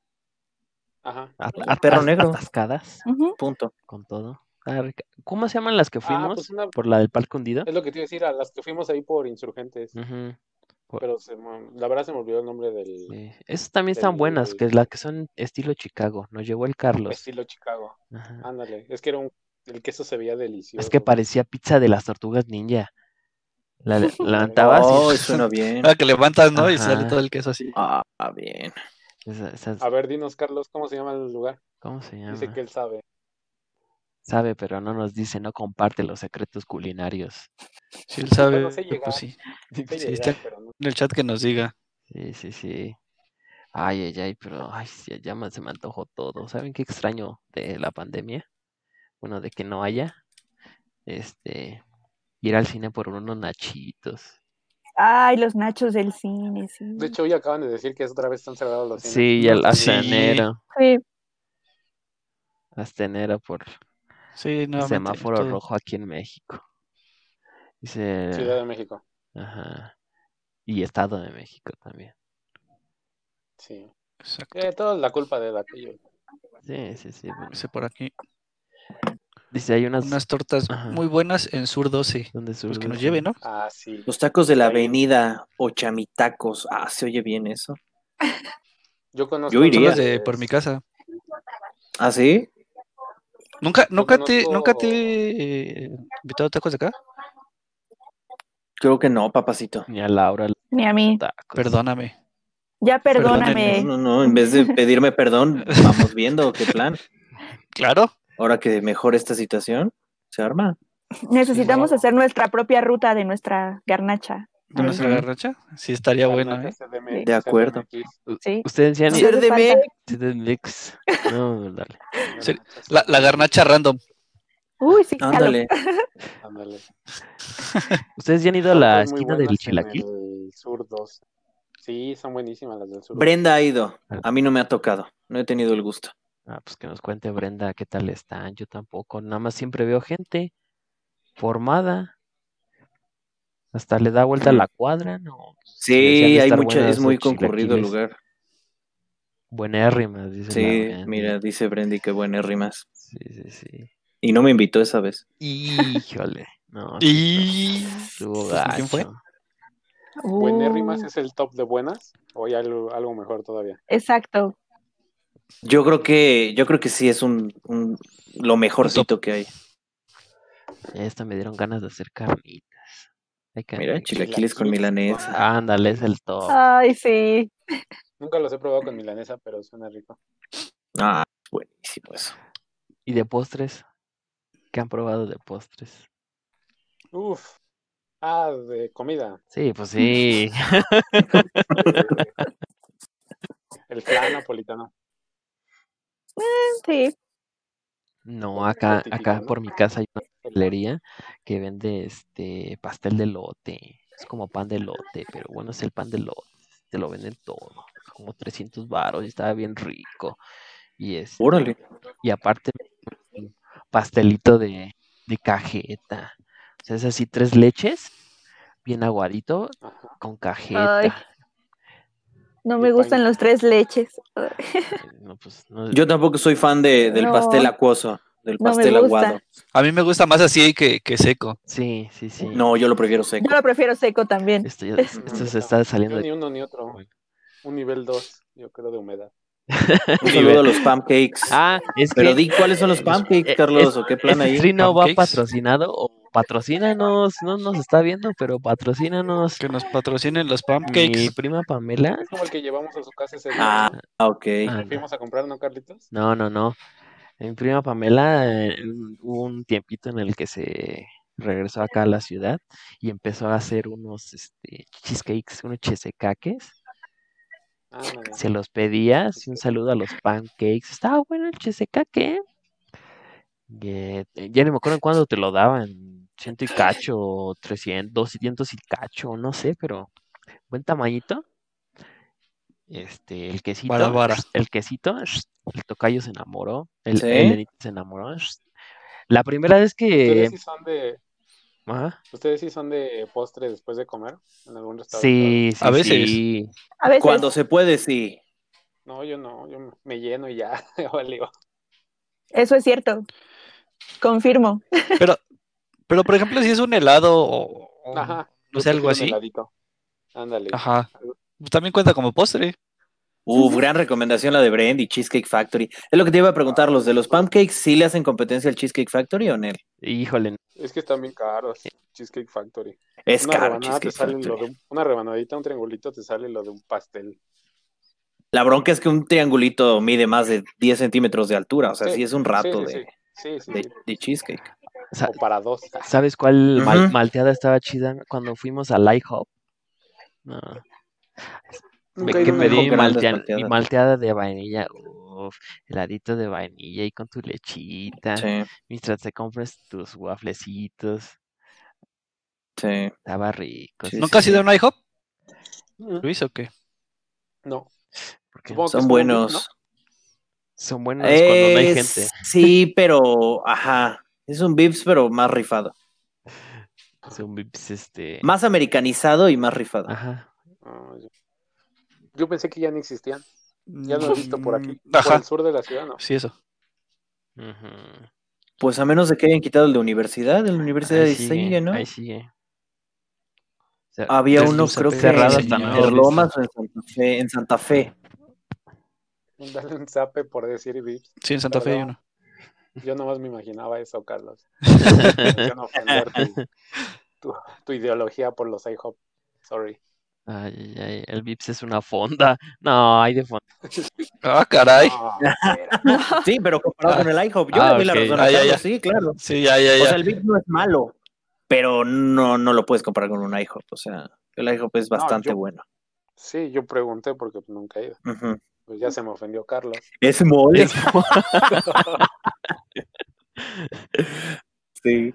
Ajá.
At-
El perro
atas-
negro.
Atascadas
Ujú.
punto.
con todo. Ah, rica. ¿Cómo se llaman las que
Ah,
fuimos?
pues una-
Por la del palco hundido.
Es lo que te iba a decir, a las que fuimos ahí por insurgentes.
Ujú,
Pero se me- la verdad se me olvidó el nombre del
sí. Eh, Esas también están buenas, que es las que son estilo Chicago. Nos llevó el Carlos.
estilo Chicago.
Ajá.
Ándale, es que era un, el queso se veía delicioso.
Ah. Es que parecía pizza de las tortugas ninja. La le- levantabas
Oh,
y...
suena bien.
Ah, que levantas, ¿no? Y
Ajá.
sale todo el queso así.
Ah, bien.
Esa- esas-
A ver, dinos, Carlos, ¿cómo se llama el lugar?
¿Cómo se llama?
Dice que él sabe.
Sabe, pero no nos dice, no comparte los secretos culinarios.
Si él sabe,
no sé
pues
llegar.
sí.
No
Sí,
sé llegar,
está en
pero no.
el chat que nos diga.
Sí, sí, sí. Ay, ay, ay, pero ay, sí, ya me- se me antojó todo. ¿Saben qué extraño de la pandemia? Bueno, de que no haya. Este, ir al cine por unos nachitos.
Ay, los nachos del cine, sí.
De hecho, hoy acaban de decir que es otra vez están cerrados los cines.
Sí, y el- hasta
Sí.
enero.
Sí.
Hasta enero por
Sí,
el
no.
semáforo rojo aquí en México. Dice,
Ciudad de México.
ajá. Y Estado de México también.
Sí.
Exacto.
Eh, todo es la culpa de aquello.
Sí, sí, sí. bueno.
Dice por aquí.
Dice, hay unas
Unas tortas
Ajá.
muy buenas en Sur 12.
donde
Pues que nos
surge-
lleve, ¿no?
Ah, sí.
Los tacos de la
Ahí.
avenida o chamitacos. Ah, se oye bien eso.
Yo conozco.
Yo
Son
iría.
las de por mi casa.
¿Ah, sí?
Nunca, nunca te,
conozco-
nunca te eh, invitado a tacos de acá.
Creo que no, papacito.
Ni a Laura los
Ni a mí.
tacos.
Perdóname.
Ya
No,
perdóname.
no, no, en vez de pedirme perdón, vamos viendo qué plan.
Claro.
Ahora que mejore esta situación, se arma.
Necesitamos
Sí, no.
hacer nuestra propia ruta de nuestra garnacha.
De nuestra
Ujú.
garracha. Sí, estaría bueno, ¿eh?
CDMX,
De acuerdo.
CDMX,
Sí.
Ustedes ya han
Sí.
ido
hace falta.
de mix. No, dale.
Sí,
garnachas,
La, la garnacha random.
Uy, sí, jalo.
Ándale.
ándale.
¿Ustedes ya han ido a
Son
la
muy
esquina
buenas
del
en
chilaquil?
el sur 2. Sí, son buenísimas las del sur.
Brenda ha ido. A mí no me ha tocado. No he tenido el gusto.
Ah, pues que nos cuente Brenda qué tal están. Yo tampoco, nada más siempre veo gente formada. Hasta le da vuelta la cuadra, ¿no? Decían
Sí,
de
hay
estar
mucha,
buenas
es muy
los
concurrido el
chilaquiles.
lugar.
Buenérrimas, dice
Sí,
la gente.
mira, dice Brendy que buenas rimas.
Sí, sí, sí.
Y no me invitó esa vez.
Híjole. No, sí,
Y...
estuvo
¿Quién fue?
gacho. Uh.
Buenérrimas es el top de buenas o hay algo, algo mejor todavía.
Exacto.
Yo creo que, yo creo que sí es un, un- lo mejorcito que hay.
Esta me dieron ganas de hacer carnitas. Hay
Mira,
carnitas.
chilaquiles con milanesa.
Ándale, es el top.
Ay, sí.
Nunca los he probado con milanesa, pero suena rico.
Ah, buenísimo eso.
¿Y de postres? ¿Qué han probado de postres?
Uf. Ah, de comida.
Sí, pues sí.
El flan napolitano.
Sí.
No, acá,
típico,
acá
¿no?
por mi casa hay una
El-
pastelería que vende este pastel de lote. Es como pan de lote, pero bueno, es el pan de lote. Te lo venden todo, como 300 varos y estaba bien rico. Y es
Órale.
y aparte un pastelito de, de cajeta. O sea, es así tres leches, bien aguadito,
Ajá.
con cajeta.
Ay. No
Y
me
pan.
gustan los tres leches. Ay,
No, pues, no-
Yo tampoco soy fan de, del
No.
pastel acuoso, del
No me
pastel
gusta.
aguado.
A mí me gusta más así que, que seco.
Sí, sí, sí.
No, yo lo prefiero seco.
Yo lo prefiero seco también.
Esto, ya- esto se está saliendo
Yo
de
ni uno ni otro. Un nivel 2, yo creo, de humedad.
Un
nivel.
saludo a los pancakes.
Ah, es
Pero
que
di cuáles son los
eh,
pancakes, Carlos, o qué plan
este
ahí.
stream no va
¿Pancakes?
patrocinado o patrocínanos, no nos está viendo, pero patrocínanos.
Que nos patrocinen los
Mi
pancakes.
prima Pamela.
Es como el que llevamos a su casa ese día.
Ah,
¿no?
ah, ok.
anda.
Que fuimos a comprar, ¿no, Carlitos?
No, no, no. Mi prima Pamela, eh, un- hubo un tiempito en el que se regresó acá a la ciudad y empezó a hacer unos este, cheesecakes, unos chesecaques.
Ándale.
Se los pedía, así un saludo a los pancakes. Estaba bueno el chesecaque. ¿eh? Y, eh, ya ni me acuerdo en cuándo te lo daban. Ciento y cacho, 300, 200 y cacho, no sé, pero buen tamañito. Este, el quesito,
Vara, vara.
el quesito, el tocayo se enamoró, el
Sí.
el Lenito se enamoró. La primera vez que...
¿Ustedes sí son de,
Ajá.
ustedes sí son de postre después de comer? ¿En algún restaurante?
Sí, sí,
A veces.
sí.
A veces.
Cuando se puede, sí.
No, yo no, yo me lleno y ya, ya valió.
Eso es cierto. Confirmo.
Pero, pero por ejemplo, si es un helado o, o
Ajá.
no
yo
sé, algo
prefiero un
así. Ah.
heladito. Ándale.
Ajá. También cuenta como postre.
Uf, gran recomendación la de Brandy, Cheesecake Factory. Es lo que te iba a preguntar, ¿los de los pancakes sí le hacen competencia al Cheesecake Factory o no?
Híjole,
Es que están bien caros. Cheesecake Factory.
Es
una
caro
rebanada te
Cheesecake
sale lo
Factory.
de un- una rebanadita, un triangulito te sale lo de un pastel.
La bronca es que un triangulito mide más de 10 centímetros de altura, o sea, sí,
Sí,
es un rato
sí, sí,
de,
Sí, sí,
de-
sí.
de cheesecake.
sa-
O para dos.
¿sabes cuál mal-
Ujú.
malteada estaba chida cuando fuimos a IHOP? No.
Nunca
Ve
he
que
ido a una
pedí
me dijo
mi
que eran las
maltea- mi
malteadas.
malteada de vainilla, uf, heladito de vainilla y con tu lechita,
Sí,
mientras te compras tus waflecitos,
sí.
estaba rico.
Sí,
sí,
¿Nunca has
sí.
ido a un IHOP,
Mm,
Luis, o qué?
No.
Porque
Supongo que es
Son
como un dip,
buenos.
Son buenos cuando no hay
Eh,
gente.
Sí, pero, ajá, es un Vips, pero más rifado.
Son vips, este...
Más americanizado y más rifado.
Ajá.
¿no? Ah, yo- Yo pensé que ya no existían. Ya lo he visto por aquí.
Mm,
Por
Ajá.
el sur de la ciudad, ¿no?
Sí, eso.
ujú.
Pues a menos de que hayan quitado el de universidad, el de universidad
Ahí
de
sigue,
¿no?
ahí sigue. Cer-
Había
Desde
uno,
Luz
creo que
Cerrado hasta
en
nuevo
Interlomas o en Santa Fe. En Santa Fe.
Dale un zape por decir vips.
Sí, en Santa Fe hay
Perdón.
uno.
Yo nomás me imaginaba eso, Carlos. Yo no ofender tu, tu- tu ideología por los IHOP. Sorry.
Ay, ay, ay, el Vips es una fonda. No, hay de fonda.
Ah, caray.
No, espera.
Sí, pero comparado
Ah.
con el IHOP, yo
Ah,
le doy la
ok.
razón.
Ah,
a
ya,
Carlos,
ya.
Sí, claro.
Sí, ya, ya, ya.
O sea, el Vips no es malo, pero no, no lo puedes comparar con un IHOP. O sea, el IHOP es bastante
yo-
bueno.
Sí, yo pregunté porque nunca he ido.
Ujú.
Pues ya se me ofendió Carlos.
Es mole. Sí.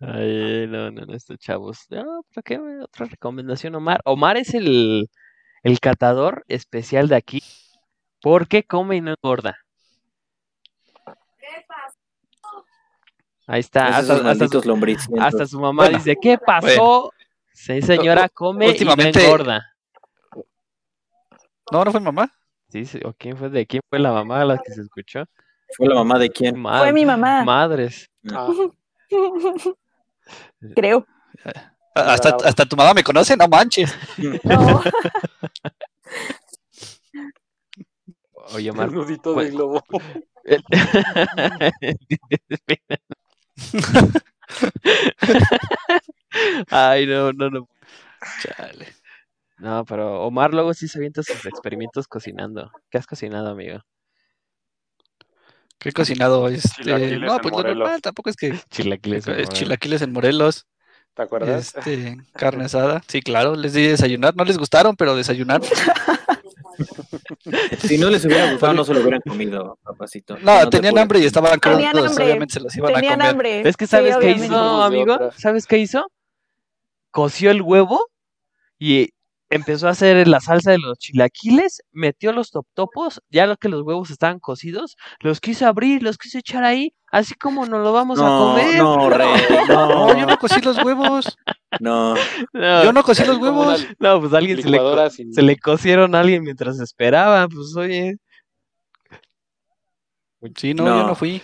Ay, no, no, no, estos chavos. No, ¿pero qué? Otra recomendación, Omar. Omar es el, el catador especial de aquí porque come y no engorda. Ahí está. Ah,
Esos
Hasta, hasta,
malditos
su,
lombricientos.
hasta su mamá
Bueno.
dice, ¿qué pasó? Sí, señora, come y no
Últimamente-
engorda.
No, no fue mi mamá.
Sí, sí, ¿o quién fue? ¿De quién fue la mamá a la que se escuchó?
¿Fue la mamá de quién?
Madre-
mi mamá.
Madres.
Ah,
Creo.
Ah, Hasta,
Bravo.
hasta tu mamá me conoce, no manches.
No.
Oye, Omar,
el nudito
Bueno.
del globo.
El- Ay, no, no, no.
Chale.
No, pero Omar luego sí se avienta sus experimentos cocinando. ¿Qué has cocinado, amigo?
¿Qué he cocinado? Este,
Chilaquiles
no,
en
pues lo
Morelos.
normal, tampoco es que
Chilaquiles.
es chilaquiles en Morelos,
¿Te acuerdas?
este, carne asada. Sí, claro, les di desayunar, no les gustaron, pero desayunar.
Si no les hubiera gustado, no se lo hubieran comido, papacito.
No,
te
tenían
apures.
hambre y estaban crudos,
Tenían hambre.
obviamente se los iban
Tenían
a comer.
hambre.
¿Es que
Sí,
sabes qué
obviamente.
hizo, amigo?
otra.
¿Sabes qué hizo? Coció el huevo y empezó a hacer la salsa de los chilaquiles, metió los toptopos, ya lo que los huevos estaban cocidos, los quiso abrir, los quiso echar ahí, así como nos lo vamos a
No,
comer.
no, rey,
No, yo
no,
no cocí los huevos.
no.
No,
Yo no cocí los
Como
huevos.
una
No, pues a alguien se le, co-
licuadora sin-
se le cosieron a alguien mientras esperaba, pues oye.
Sí, no, yo
No.
no fui.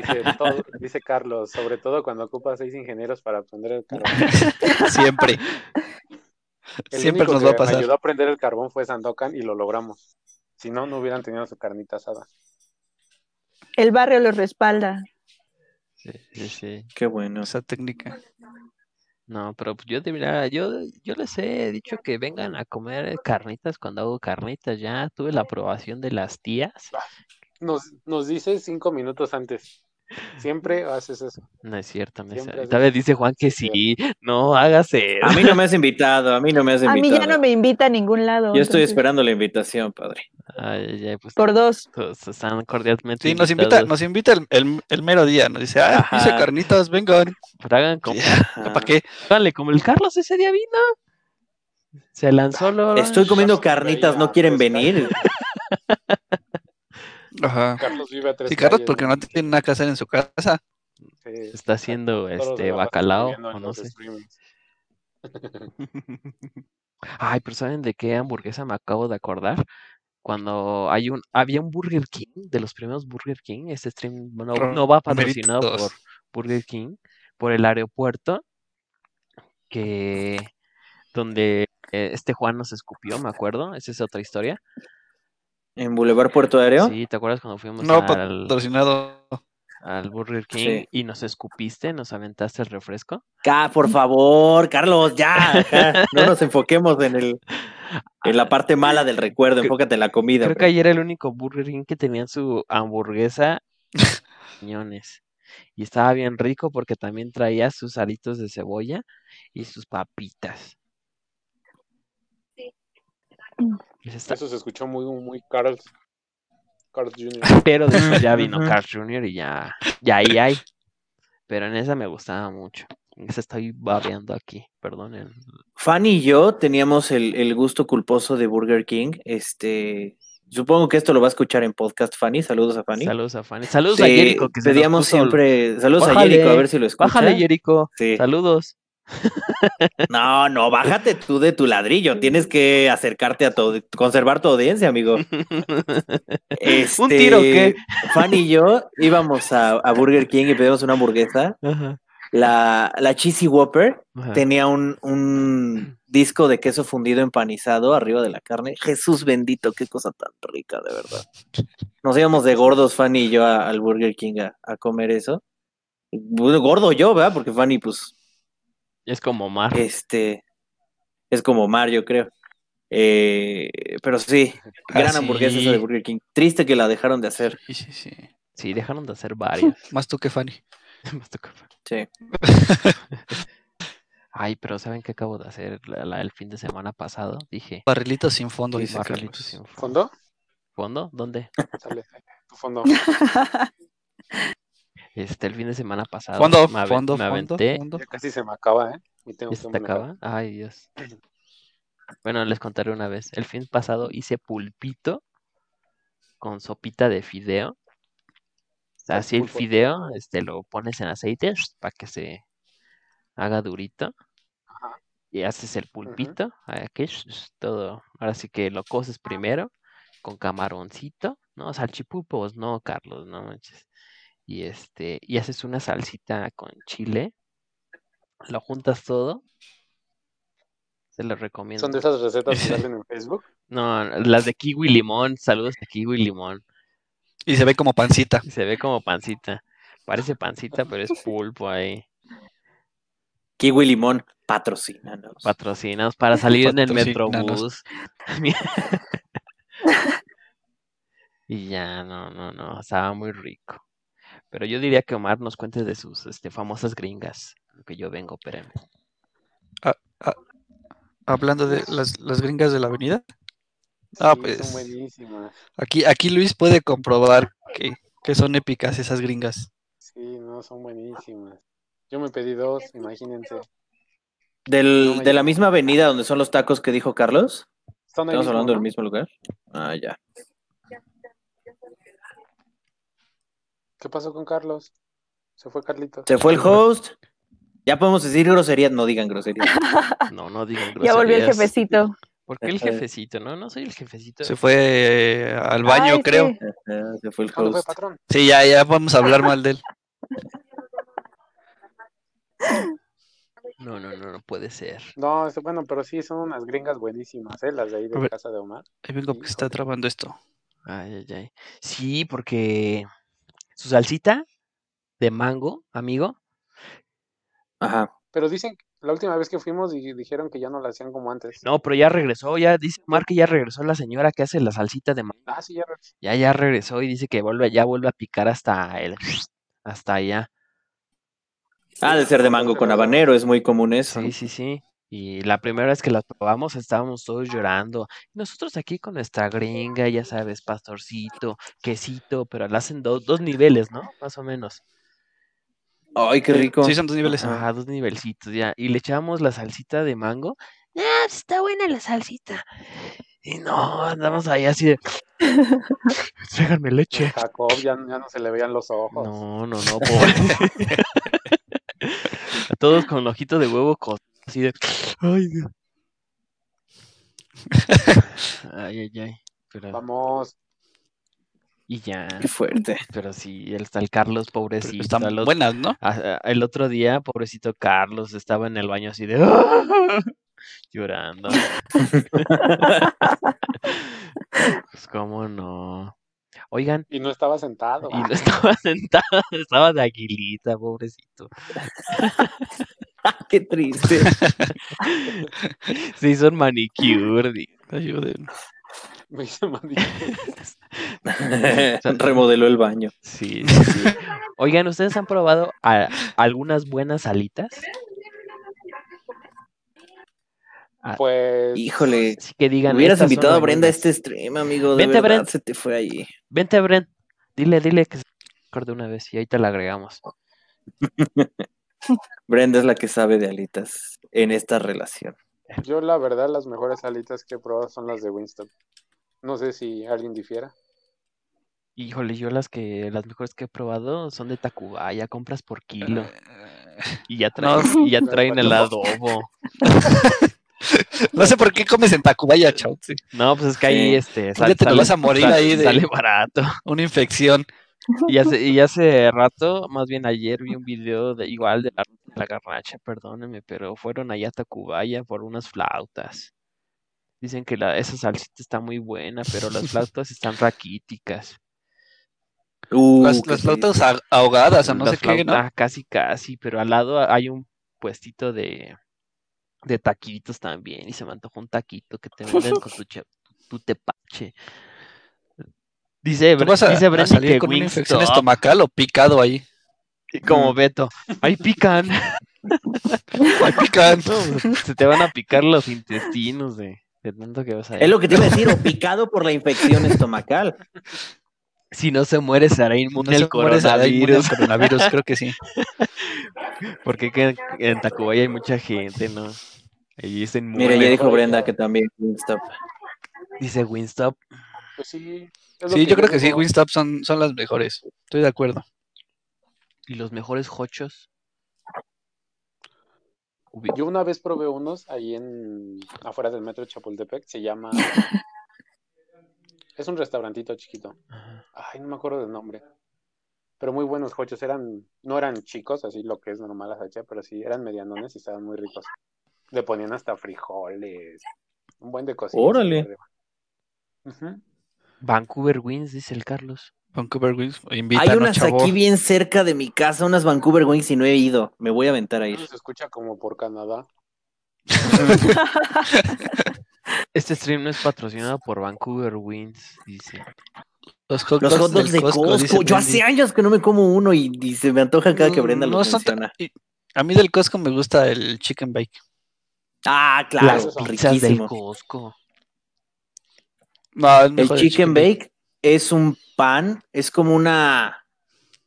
Dice, todo- dice Carlos, sobre todo cuando ocupa seis ingenieros para prender el carbón.
Siempre.
El
Siempre
único
nos
que
va a
Me
pasar.
ayudó a prender el carbón fue Sandokan y lo logramos. Si no, no hubieran tenido su carnita asada.
El barrio los respalda.
Sí, sí, sí.
Qué bueno.
Esa técnica.
No, pero pues, yo te mira, yo, yo les he dicho que vengan a comer carnitas cuando hago carnitas. Ya tuve la aprobación de las tías.
Nos, nos dices cinco minutos antes. Siempre haces eso.
No es cierto, me
Siempre
sale.
haces
Tal vez dice Juan que
Sí.
sí, no hágase.
Ah.
A mí no me has invitado, a mí no me has
A mí
invitado.
ya no me invita a ningún lado.
Yo estoy
entonces,
esperando la invitación, padre.
Ay, ay, ay, pues
Por dos.
todos están cordialmente
Sí, nos invita,
invitados.
nos invita el, el- el mero día. Nos dice, ah,
Ajá.
hice carnitas, vengan.
Pero hagan como,
Ah.
¿Para qué?
háganle como el Carlos ese día vino. Se
Ah,
lanzó lo.
Estoy comiendo carnitas,
Ahí
¿no
a
quieren
dos
venir?
Ajá.
Carlos vive a tres
Sí, Carlos,
calles,
porque no tiene nada que hacer en su casa.
Sí,
Está haciendo
todos se
este
la pasan
bacalao
escribiendo en
o no
los
sé.
streamings.
Ay, pero ¿saben de qué hamburguesa me acabo de acordar? Cuando hay un, había un Burger King, de los primeros Burger King, este stream no,
Ro-
no va patrocinado por
Romeritos.
Burger King, por el aeropuerto, que donde eh, este Juan nos escupió, me acuerdo, esa es otra historia.
¿En Boulevard Puerto Aéreo?
Sí, ¿te acuerdas cuando fuimos
No pues,
al,
patrocinado.
al Burger King
Sí.
y nos escupiste, nos aventaste el refresco?
Ca- por favor, Carlos, ya. ajá. No nos enfoquemos en el en la parte mala del recuerdo, enfócate en la comida.
Ah, Creo que
hombre.
ayer era el único Burger King que tenían su hamburguesa piñones. Y estaba bien rico porque también traía sus aritos de cebolla y sus papitas. Pues está-
Eso se escuchó muy, muy Carlos. Carlos Jr.
Pero después ya vino
Ujú.
Carl Jr. y ya, ya ahí hay. Pero en esa me gustaba mucho. En esa estoy babeando aquí, perdonen.
Fanny y yo teníamos el, el gusto culposo de Burger King. Este, supongo que esto lo va a escuchar en podcast, Fanny. Saludos a Fanny.
Saludos a Fanny. Saludos a
Eh,
Jericho. Que se nos
pedíamos
puso-
siempre saludos a
Bájale,
Jericho, a ver si lo escucha.
Bájale, Jericho.
Sí.
Saludos.
No, no, bájate tú de tu ladrillo. Tienes que acercarte a todo, conservar tu audiencia, amigo.
¿Un tiro o qué?
Este, Fanny y yo íbamos a, a Burger King y pedimos una hamburguesa.
Ajá,
La, la Cheesy Whopper
ajá.
tenía un, un disco de queso fundido empanizado arriba de la carne. Jesús bendito, qué cosa tan rica, de verdad. Nos íbamos de gordos, Fanny y yo, a- al Burger King a, a comer eso. Bueno, Gordo yo, ¿verdad? Porque Fanny, pues,
Es como Mar.
este es como Mario, creo. Eh, pero sí, gran
Ah, sí.
hamburguesa esa de Burger King. Triste que la dejaron de hacer.
Sí, sí, sí.
Sí, dejaron de hacer varias.
Más tú que Fanny.
Más tocó-
Sí.
Ay, pero ¿saben qué acabo de hacer la- la- el fin de semana pasado? Dije,
Barrilitos sin fondo,
sí,
dice
barrilitos
Carlos.
sin fondo. ¿Fondo?
¿Fondo?
¿Dónde?
Sale, sale, tu fondo.
Este, el fin de semana pasado
Fondo,
me, aven-
fondo,
me
fondo,
aventé.
fondo.
Ya casi se me acaba, ¿eh? Y tengo
¿Ya
que
se te
manejar.
acaba? Ay, Dios. Bueno, les contaré una vez. El fin pasado hice pulpito con sopita de fideo. Así el
pulpo.
fideo, este, lo pones en aceite para que se haga durito.
Ajá.
Y haces el pulpito, aquí, todo. Ahora sí que lo coces primero con camaroncito, no, salchipulpos, no, Carlos, no manches. Y este, y haces una salsita con chile, lo juntas todo. Se lo recomiendo.
Son de esas recetas que salen en Facebook.
No, las de kiwi limón, saludos de kiwi limón.
Y se ve como pancita.
Se ve como pancita. Parece pancita, pero es pulpo ahí.
Kiwi Limón, patrocínanos.
Patrocinados para salir en el
Patrocínanos.
Metrobús. y ya, no, no, no, estaba muy rico. Pero yo diría que Omar nos cuente de sus este, famosas gringas, lo que yo vengo, pero
Hablando de las, las gringas de la avenida.
Sí,
Ah,
Son
pues.
buenísimas.
Aquí, aquí Luis puede comprobar que, que son épicas esas gringas.
Sí, no, son buenísimas. Yo me pedí dos, imagínense.
Del-
No me
de la
digas.
misma avenida donde son los tacos que dijo Carlos.
Están
¿Estamos
ahí mismo,
hablando
¿no?
del mismo lugar? Ah, ya.
¿Qué pasó con Carlos? Se fue Carlitos.
Se fue el host. Ya podemos decir groserías. No digan groserías.
no, no digan
Ya volvió el
groserías.
jefecito.
¿Por qué el
Ajá.
jefecito? No, no soy el jefecito.
Se fue eh, al baño,
Ay,
creo.
sí.
Ajá, Ah, Se fue el
¿Cuándo Ah, fue
host.
patrón?
Sí, ya, ya vamos a hablar mal de él.
No, no, no, no puede ser.
No, este- bueno, pero sí, son unas gringas buenísimas, ¿eh? Las de ahí
A
de
ver.
casa de Omar.
Ahí vengo que está trabando esto.
Ay, ay, ay. Sí, porque su salsita de mango, amigo,
Ajá.
Pero dicen, que la última vez que fuimos y dijeron que ya no la hacían como antes.
No, pero ya regresó, ya dice Omar que ya regresó la señora que hace la salsita de mango.
Ah, sí, ya re-
Ya, ya regresó y dice que vuelve, ya vuelve a picar hasta el, hasta allá.
Ah, de ser de mango con habanero. Es muy común eso.
Sí, sí, sí. Y la primera vez que las probamos estábamos todos llorando. Nosotros aquí con nuestra gringa, ya sabes, pastorcito, quesito, pero la hacen do- dos niveles, ¿no? Más o menos.
Ay, qué rico.
Sí, son dos niveles.
pues, Ajá, dos nivelcitos ya. Y le echamos la salsita de mango. Ah, está buena la salsita. Y no, andamos ahí así de. Tráiganme leche.
Jacob ya, ya no se le veían los ojos.
No, no, no, pobre. A todos con ojitos de huevo cos- así de. Ay, Dios. Ay, ay, ay. Pero,
Vamos.
y ya,
Qué fuerte.
pero sí, el tal Carlos,
Pero
pobrecito.
están
al otro-
buenas, ¿no?
a- a- el otro día, pobrecito Carlos, estaba en el baño así de. "Ah", Llorando. pues, cómo no. Oigan,
Y no estaba sentado.
y no estaba sentado, estaba de aguilita, pobrecito.
Qué triste.
Se hizo un manicure. di-
Ayuden.
Me hice maldito.
Remodeló el baño.
Sí, sí, sí. Oigan, ¿ustedes han probado a- algunas buenas alitas?
Pues.
Híjole.
Así que digan.
Hubieras
"Estas son
invitado a
las
Brenda a
buenas".
este stream, amigo. De
Vente,
verdad,
Brenda.
se te fue ahí.
Vente, Bren. Dile, dile que se acuerde una vez y ahí te la agregamos.
Brenda es la que sabe de alitas en esta relación.
Yo la verdad las mejores alitas que he probado son las de Winston. No sé si alguien difiera.
Híjole, yo las que las mejores que he probado son de Tacubaya, compras por kilo
Ah,
y ya traen, y ya
las
traen el
guacamo-
adobo.
No sé por qué comes en Tacubaya, chao. sí.
No, pues es que ahí
Sí.
este
te vas a morir
sale-
ahí de-
sale barato.
Una infección.
Y hace, y hace rato, más bien ayer vi un video de igual de la, de la garnacha, perdónenme, pero fueron allá a Tacubaya por unas flautas. Dicen que la, esa salsita está muy buena, pero las flautas están raquíticas.
Uh,
las
qué triste.
las flautas ah- ahogadas, o no
Las
sé qué, ¿no?
flautas casi casi, pero al lado a- hay un puestito de, de taquitos también, y se me antojó un taquito que te venden con tu, che- tu tepache. Dice,
¿Tú
Bre-
vas a,
dice
a
Brenda
salir
que
con una infección mm.
Wingstop-
estomacal o picado ahí?
como
Ujú.
Beto, ahí pican.
Ay, pican.
No, se te van a picar los intestinos de, de tanto que vas a
Es lo que te iba a decir, o picado por la infección estomacal.
Si no se muere, será
No
inmune
se
al
muere, será inmune al
coronavirus.
coronavirus, creo que sí.
Porque que- en Tacubaya hay mucha gente, ¿no? Allí es inmune.
Mira, ya dijo Brenda que también Wingstop.
Dice Winstop.
Pues sí.
Sí, yo creo que sí,
güey.
Wingstop son, son las mejores. Estoy de acuerdo.
¿Y los mejores hochos? Ubi-
Yo una vez probé unos ahí en afuera del metro Chapultepec, se llama Es un restaurantito chiquito.
Ajá.
Ay, no me acuerdo del nombre. Pero muy buenos hochos, eran no eran chicos, así lo que es normal las hacha, pero sí eran medianones y estaban muy ricos. Le ponían hasta frijoles, un buen de cosas.
Órale.
Vancouver Wings, dice el Carlos.
Vancouver Wings,
Hay
invítanos,
unas
chavo.
aquí bien cerca de mi casa, unas Vancouver Wings y no he ido. Me voy a aventar a ir.
Se escucha como por Canadá.
Este stream no es patrocinado por Vancouver Wings, dice.
Los hot
Los
dogs,
hot dogs
del
de Costco.
dice
Yo
Wendy. Mm,
hace años que no me como uno y, y se me antoja cada que Brenda
No
los
son tan-
menciona.
y- A mí del Costco me gusta el chicken bake.
Ah,
Las
claro,
pizzas
Pizzas del
riquísimo.
Costco.
No, es
El
mejor
chicken bake es un pan, es como una,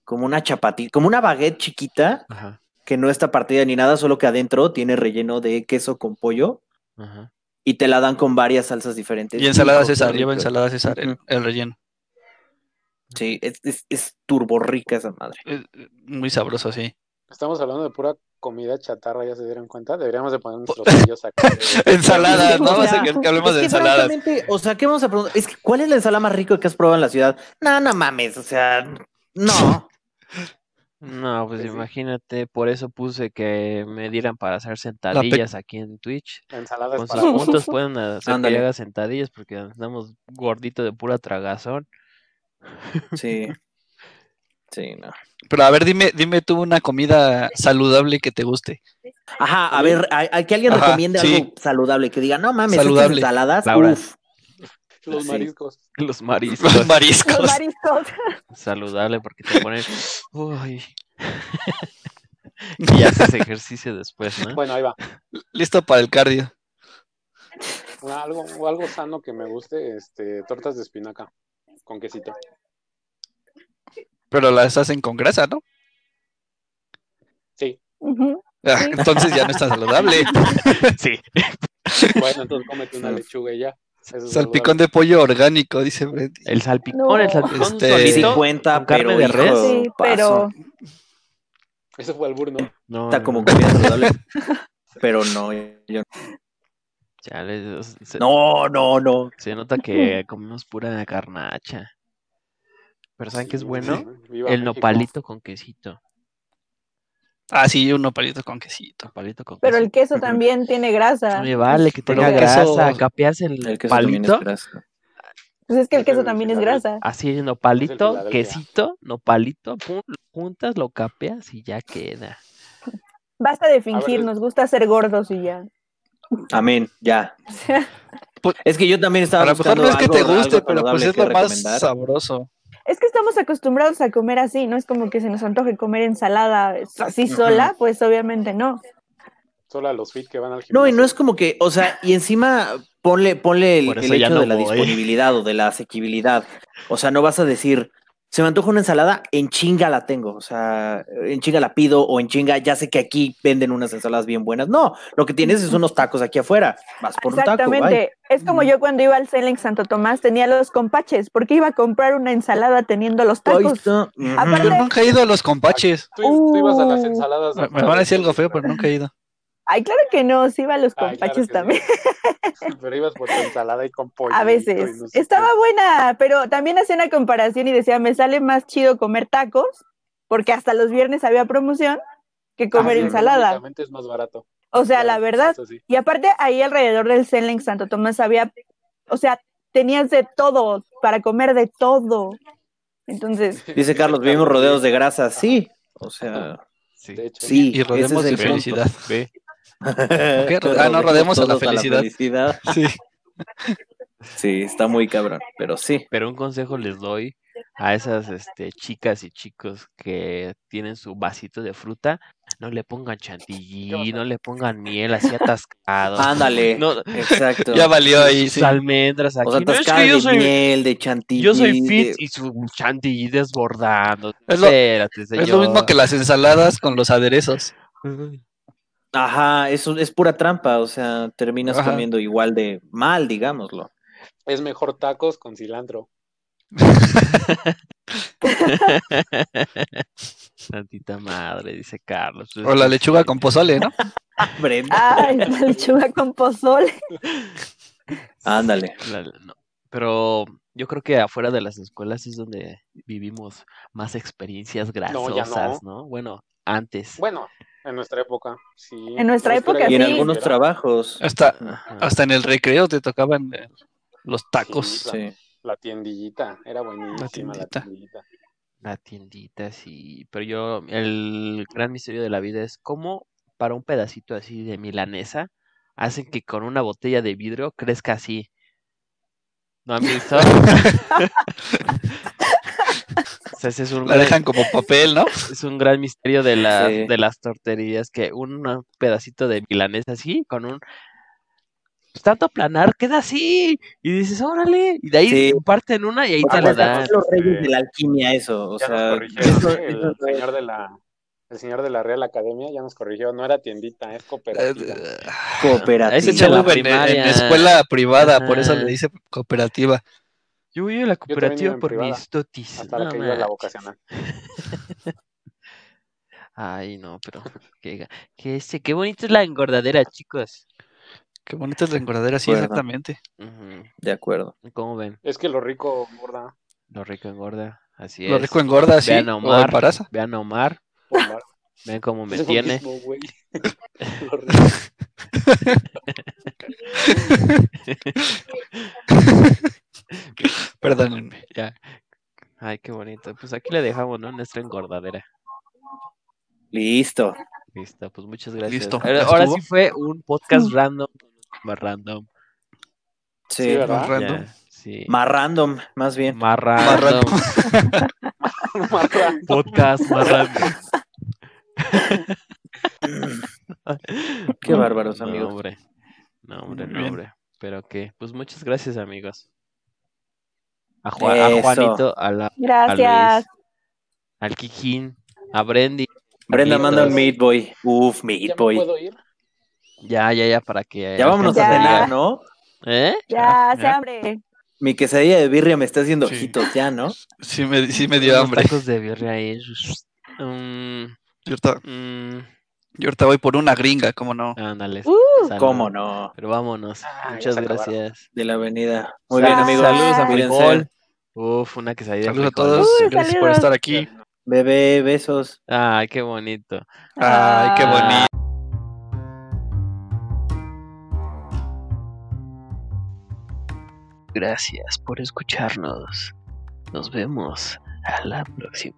como una chapatita, como una baguette chiquita
Ajá,
que no está partida ni nada, solo que adentro tiene relleno de queso con pollo
ajá.
y te la dan con varias salsas diferentes.
Y ensalada
Hijo, qué
César, lleva
rico.
ensalada César, el,
Ujú.
el relleno.
Sí, es, es, es turbo rica esa madre.
Es eh, muy sabroso, sí.
Estamos hablando de pura comida chatarra, ya se dieron cuenta. Deberíamos de poner nuestros sellos acá.
Ensalada, no
O
vas a
sea,
querer que hablemos
Es
de
que
ensaladas.
francamente, o sea, ¿qué vamos a preguntar? Es que, ¿cuál es la ensalada más rica que has probado en la ciudad? No, no mames, o sea, no.
No, pues
Pues sí.
imagínate, por eso puse que me dieran para hacer sentadillas aquí en Twitch.
Ensalada es
Con
para
sus
gordos.
puntos pueden hacer que
Ándale.
yo haga sentadillas porque andamos gordito de pura tragazón.
Sí. Sí, no.
Pero a ver, dime, dime tú una comida saludable que te guste.
Ajá, a ver, a, a que alguien
Ajá,
recomiende
sí.
algo saludable, que diga, no mames, estas
Saludable.
ensaladas,
Laura.
uf.
Los
Sí.
mariscos.
Los mariscos.
Los
Los
mariscos.
mariscos.
Saludable porque te ponen... Uy. y haces ejercicio después, ¿no?
Bueno, ahí va.
Listo para el cardio.
Una- algo, o algo sano que me guste, este, tortas de espinaca con quesito.
Pero las hacen con grasa, ¿no?
Sí.
Ujú.
Ah,
Sí.
Entonces ya no es tan saludable.
Sí.
Bueno, entonces cómete una lechuga y ya. Eso es
Salpicón
saludable.
de pollo orgánico, dice Brett.
El salpicón,
No.
el salpicón
Este,
Sí
solito.
cuenta,
¿Con carne
pero
de
hijo,
res?
Sí,
Oh, paso.
pero
Eso fue al burno.
No,
Está
no,
como
no.
comida saludable. Pero no, yo-
Chale, se- se-
no, no, no.
Se nota que comemos pura carnacha. Pero ¿saben qué es
Sí,
bueno?
sí, viva
El
México.
nopalito con quesito.
Ah, sí, uno palito con quesito.
Nopalito con
pero el
quesito.
queso
Ujú.
también tiene grasa.
No me vale que
Pero
tenga
el queso-
grasa. Capeas el,
El queso también es
palito.
grasa.
Pues es que el
Es el
queso también es
Filadelfia.
grasa.
Así el
Es el
nopalito,
Filadelfia.
quesito, nopalito, pum, lo juntas, lo capeas y ya queda.
Basta de fingir,
es-
nos gusta ser gordos y ya.
Amén, ya.
Pues-
es que yo también
A
estaba
lo mejor
buscando
no es que
algo-
te
algo
guste, pero pues
saludable
es
que
lo más
recomendar.
sabroso.
Es que estamos acostumbrados a comer así, ¿no? Es como que se nos antoje comer ensalada así sola, pues obviamente no.
Solo a los fit que van al gimnasio.
No, y no es como que, o sea, y encima ponle, ponle el,
Por
el
eso ya
hecho
no
de la
voy.
disponibilidad o de la asequibilidad. O sea, no vas a decir, se me antoja una ensalada, en chinga la tengo. O sea, en chinga la pido o en chinga, ya sé que aquí venden unas ensaladas bien buenas. No, lo que tienes es unos tacos aquí afuera. Vas por un taco. bye.
Exactamente. es como yo cuando iba al Celex Santo Tomás tenía los compaches, porque iba a comprar una ensalada teniendo los
Ahí
tacos.
está. Ujú.
Yo
Aparte-
nunca he ido a los compaches.
Tú, tú ibas a las
Uh.
ensaladas.
Me, me van a decir algo feo, pero nunca he ido.
Ay, claro que no, sí iba a los
Ay, claro
compaches
que sí.
también.
Pero ibas por tu ensalada y con pollo.
A veces. Estaba buena, pero también hacía una comparación y decía, me sale más chido comer tacos, porque hasta los viernes había promoción, que
Ah,
comer
sí,
ensalada.
es más barato.
O sea, la
Claro,
verdad.
eso sí.
Y aparte ahí alrededor del Cenex Santo Tomás había, o sea, tenías de todo, para comer de todo. Entonces,
Dice Carlos, vivimos rodeados de grasa. Sí. O sea,
Sí.
De hecho,
sí.
Y rodeamos
ese
de
es el
felicidad.
Ve.
punto.
¿Qué? Ah, no, rodeamos a la
todos
felicidad.
felicidad.
Sí.
Sí, está muy cabrón, pero sí.
Pero un consejo les doy a esas este, chicas y chicos que tienen su vasito de fruta, no le pongan chantilly, no le pongan miel así atascado.
Ándale.
No,
Exacto.
Ya valió ahí, sí.
sus almendras aquí.
o sea,
No, es
atascada
que yo
de
soy,
miel, de chantilly.
yo soy fit
de-
y su chantilly desbordando.
Es lo-
Espérate,
Es lo mismo
señor.
que las ensaladas con los aderezos.
Ajá, eso es pura trampa, o sea, terminas
Ajá.
comiendo igual de mal, digámoslo.
Es mejor tacos con cilantro.
Santita madre, dice Carlos. pues
O la lechuga con pozole, ¿no?
Brenda.
Ay, la lechuga con pozole.
Ándale.
La- la- no. Pero yo creo que afuera de las escuelas es donde vivimos más experiencias
no.
grasosas, ¿no? Bueno, antes.
Bueno, en nuestra época, sí.
En nuestra
Yo
época,
esperaría
Y
sí.
en
que
algunos
existiera.
trabajos.
Hasta,
Ajá.
hasta en el recreo te tocaban eh, los tacos.
Sí,
Sí.
La tiendillita, era buenísima la
tiendita.
tiendillita.
La tiendita, sí. Pero yo, el gran misterio de la vida es cómo para un pedacito así de milanesa hacen que con una botella de vidrio crezca así. ¿No han visto? O sea, ese es un
La
gran-
dejan como papel, ¿no?
es un gran misterio de las,
Sí.
de las torterías, que un pedacito de milanesa así, con un pues, tanto planar, queda así, y dices, órale, y de ahí
Sí.
parten una y ahí te la
Ah, pues,
dan.
entonces-
los reyes de la alquimia, eso. O
Ya
sea,
nos corrigieron,
eso-
¿eh?
eso
el,
no es-
señor de la, el señor de la Real Academia ya nos corrigió, no era tiendita, es eh, cooperativa.
Cooperativa.
Ese
Ese
chavo
chavo
en,
en- en
escuela privada, por eso
Ajá.
le dice cooperativa.
Yo voy a la
también iba
cooperativa
en
por
privada,
mis totis.
hasta la
no
que iba la
manches.
vocacional.
Ay, no, pero qué, ga- qué este, qué bonita es la engordadera, chicos.
Qué bonita es la engordadera, sí,
Bueno.
exactamente.
Ujú.
De acuerdo.
¿Cómo ven?
Es que lo rico, gorda,
Lo rico engorda, así
Lo
es.
rico engorda, sí,
Vean a
o
Omar.
embaraza.
Vean a Omar,
por la-
vean cómo me
es lo
tiene.
mismo, güey. Lo rico.
Perdónenme.
Ay, qué bonito. Pues aquí le dejamos, ¿no? Nuestra engordadera.
Listo.
Listo, pues muchas gracias.
Listo,
Ahora,
ya
ahora
estuvo.
sí fue un podcast random. Más random.
Sí.
Sí, ¿verdad?
Más random.
Ya, sí.
Más random, más bien.
Más
Más
random.
random.
Marra.
Podcast más random.
Qué bárbaros,
No,
amigos.
hombre. No, hombre,
Muy
no,
bien.
hombre. Pero qué. Pues muchas gracias, amigos. A, Juan- a
Eso.
Juanito, a, la, a
Gracias.
Luis, al Kikín, a Brendy.
Brenda
Amiguitos.
manda un Meat Boy. Uf,
¿Ya me
Meat Boy.
puedo ir?
Ya, ya, ya, para que.
Ya vámonos
Ya.
a
alcancen llegar.
cenar, ¿no?
¿Eh?
Ya, se
Ya.
abre.
Mi quesadilla de birria me está haciendo
Sí.
ojitos ya, ¿no?
Sí me, sí me dio
Unos
hambre.
tacos de birria ahí. Mm,
Yo ahorita,
mm,
yo ahorita voy por una gringa, ¿cómo no?
ándale.
Uh,
salud.
¿Cómo no?
Pero vámonos.
Ah, ya
Muchas
se acabaron.
gracias.
De la avenida. Muy
Sal-
bien, amigos.
saludos a
Cuídense.
Frijol. Uf, una quesadilla. de
Saludos a
frijol.
todos.
Uy,
Gracias por
saludos.
estar aquí.
Bebé, besos.
Ay, qué bonito. Ah.
Ay, qué bonito.
Gracias por escucharnos. Nos vemos a la próxima.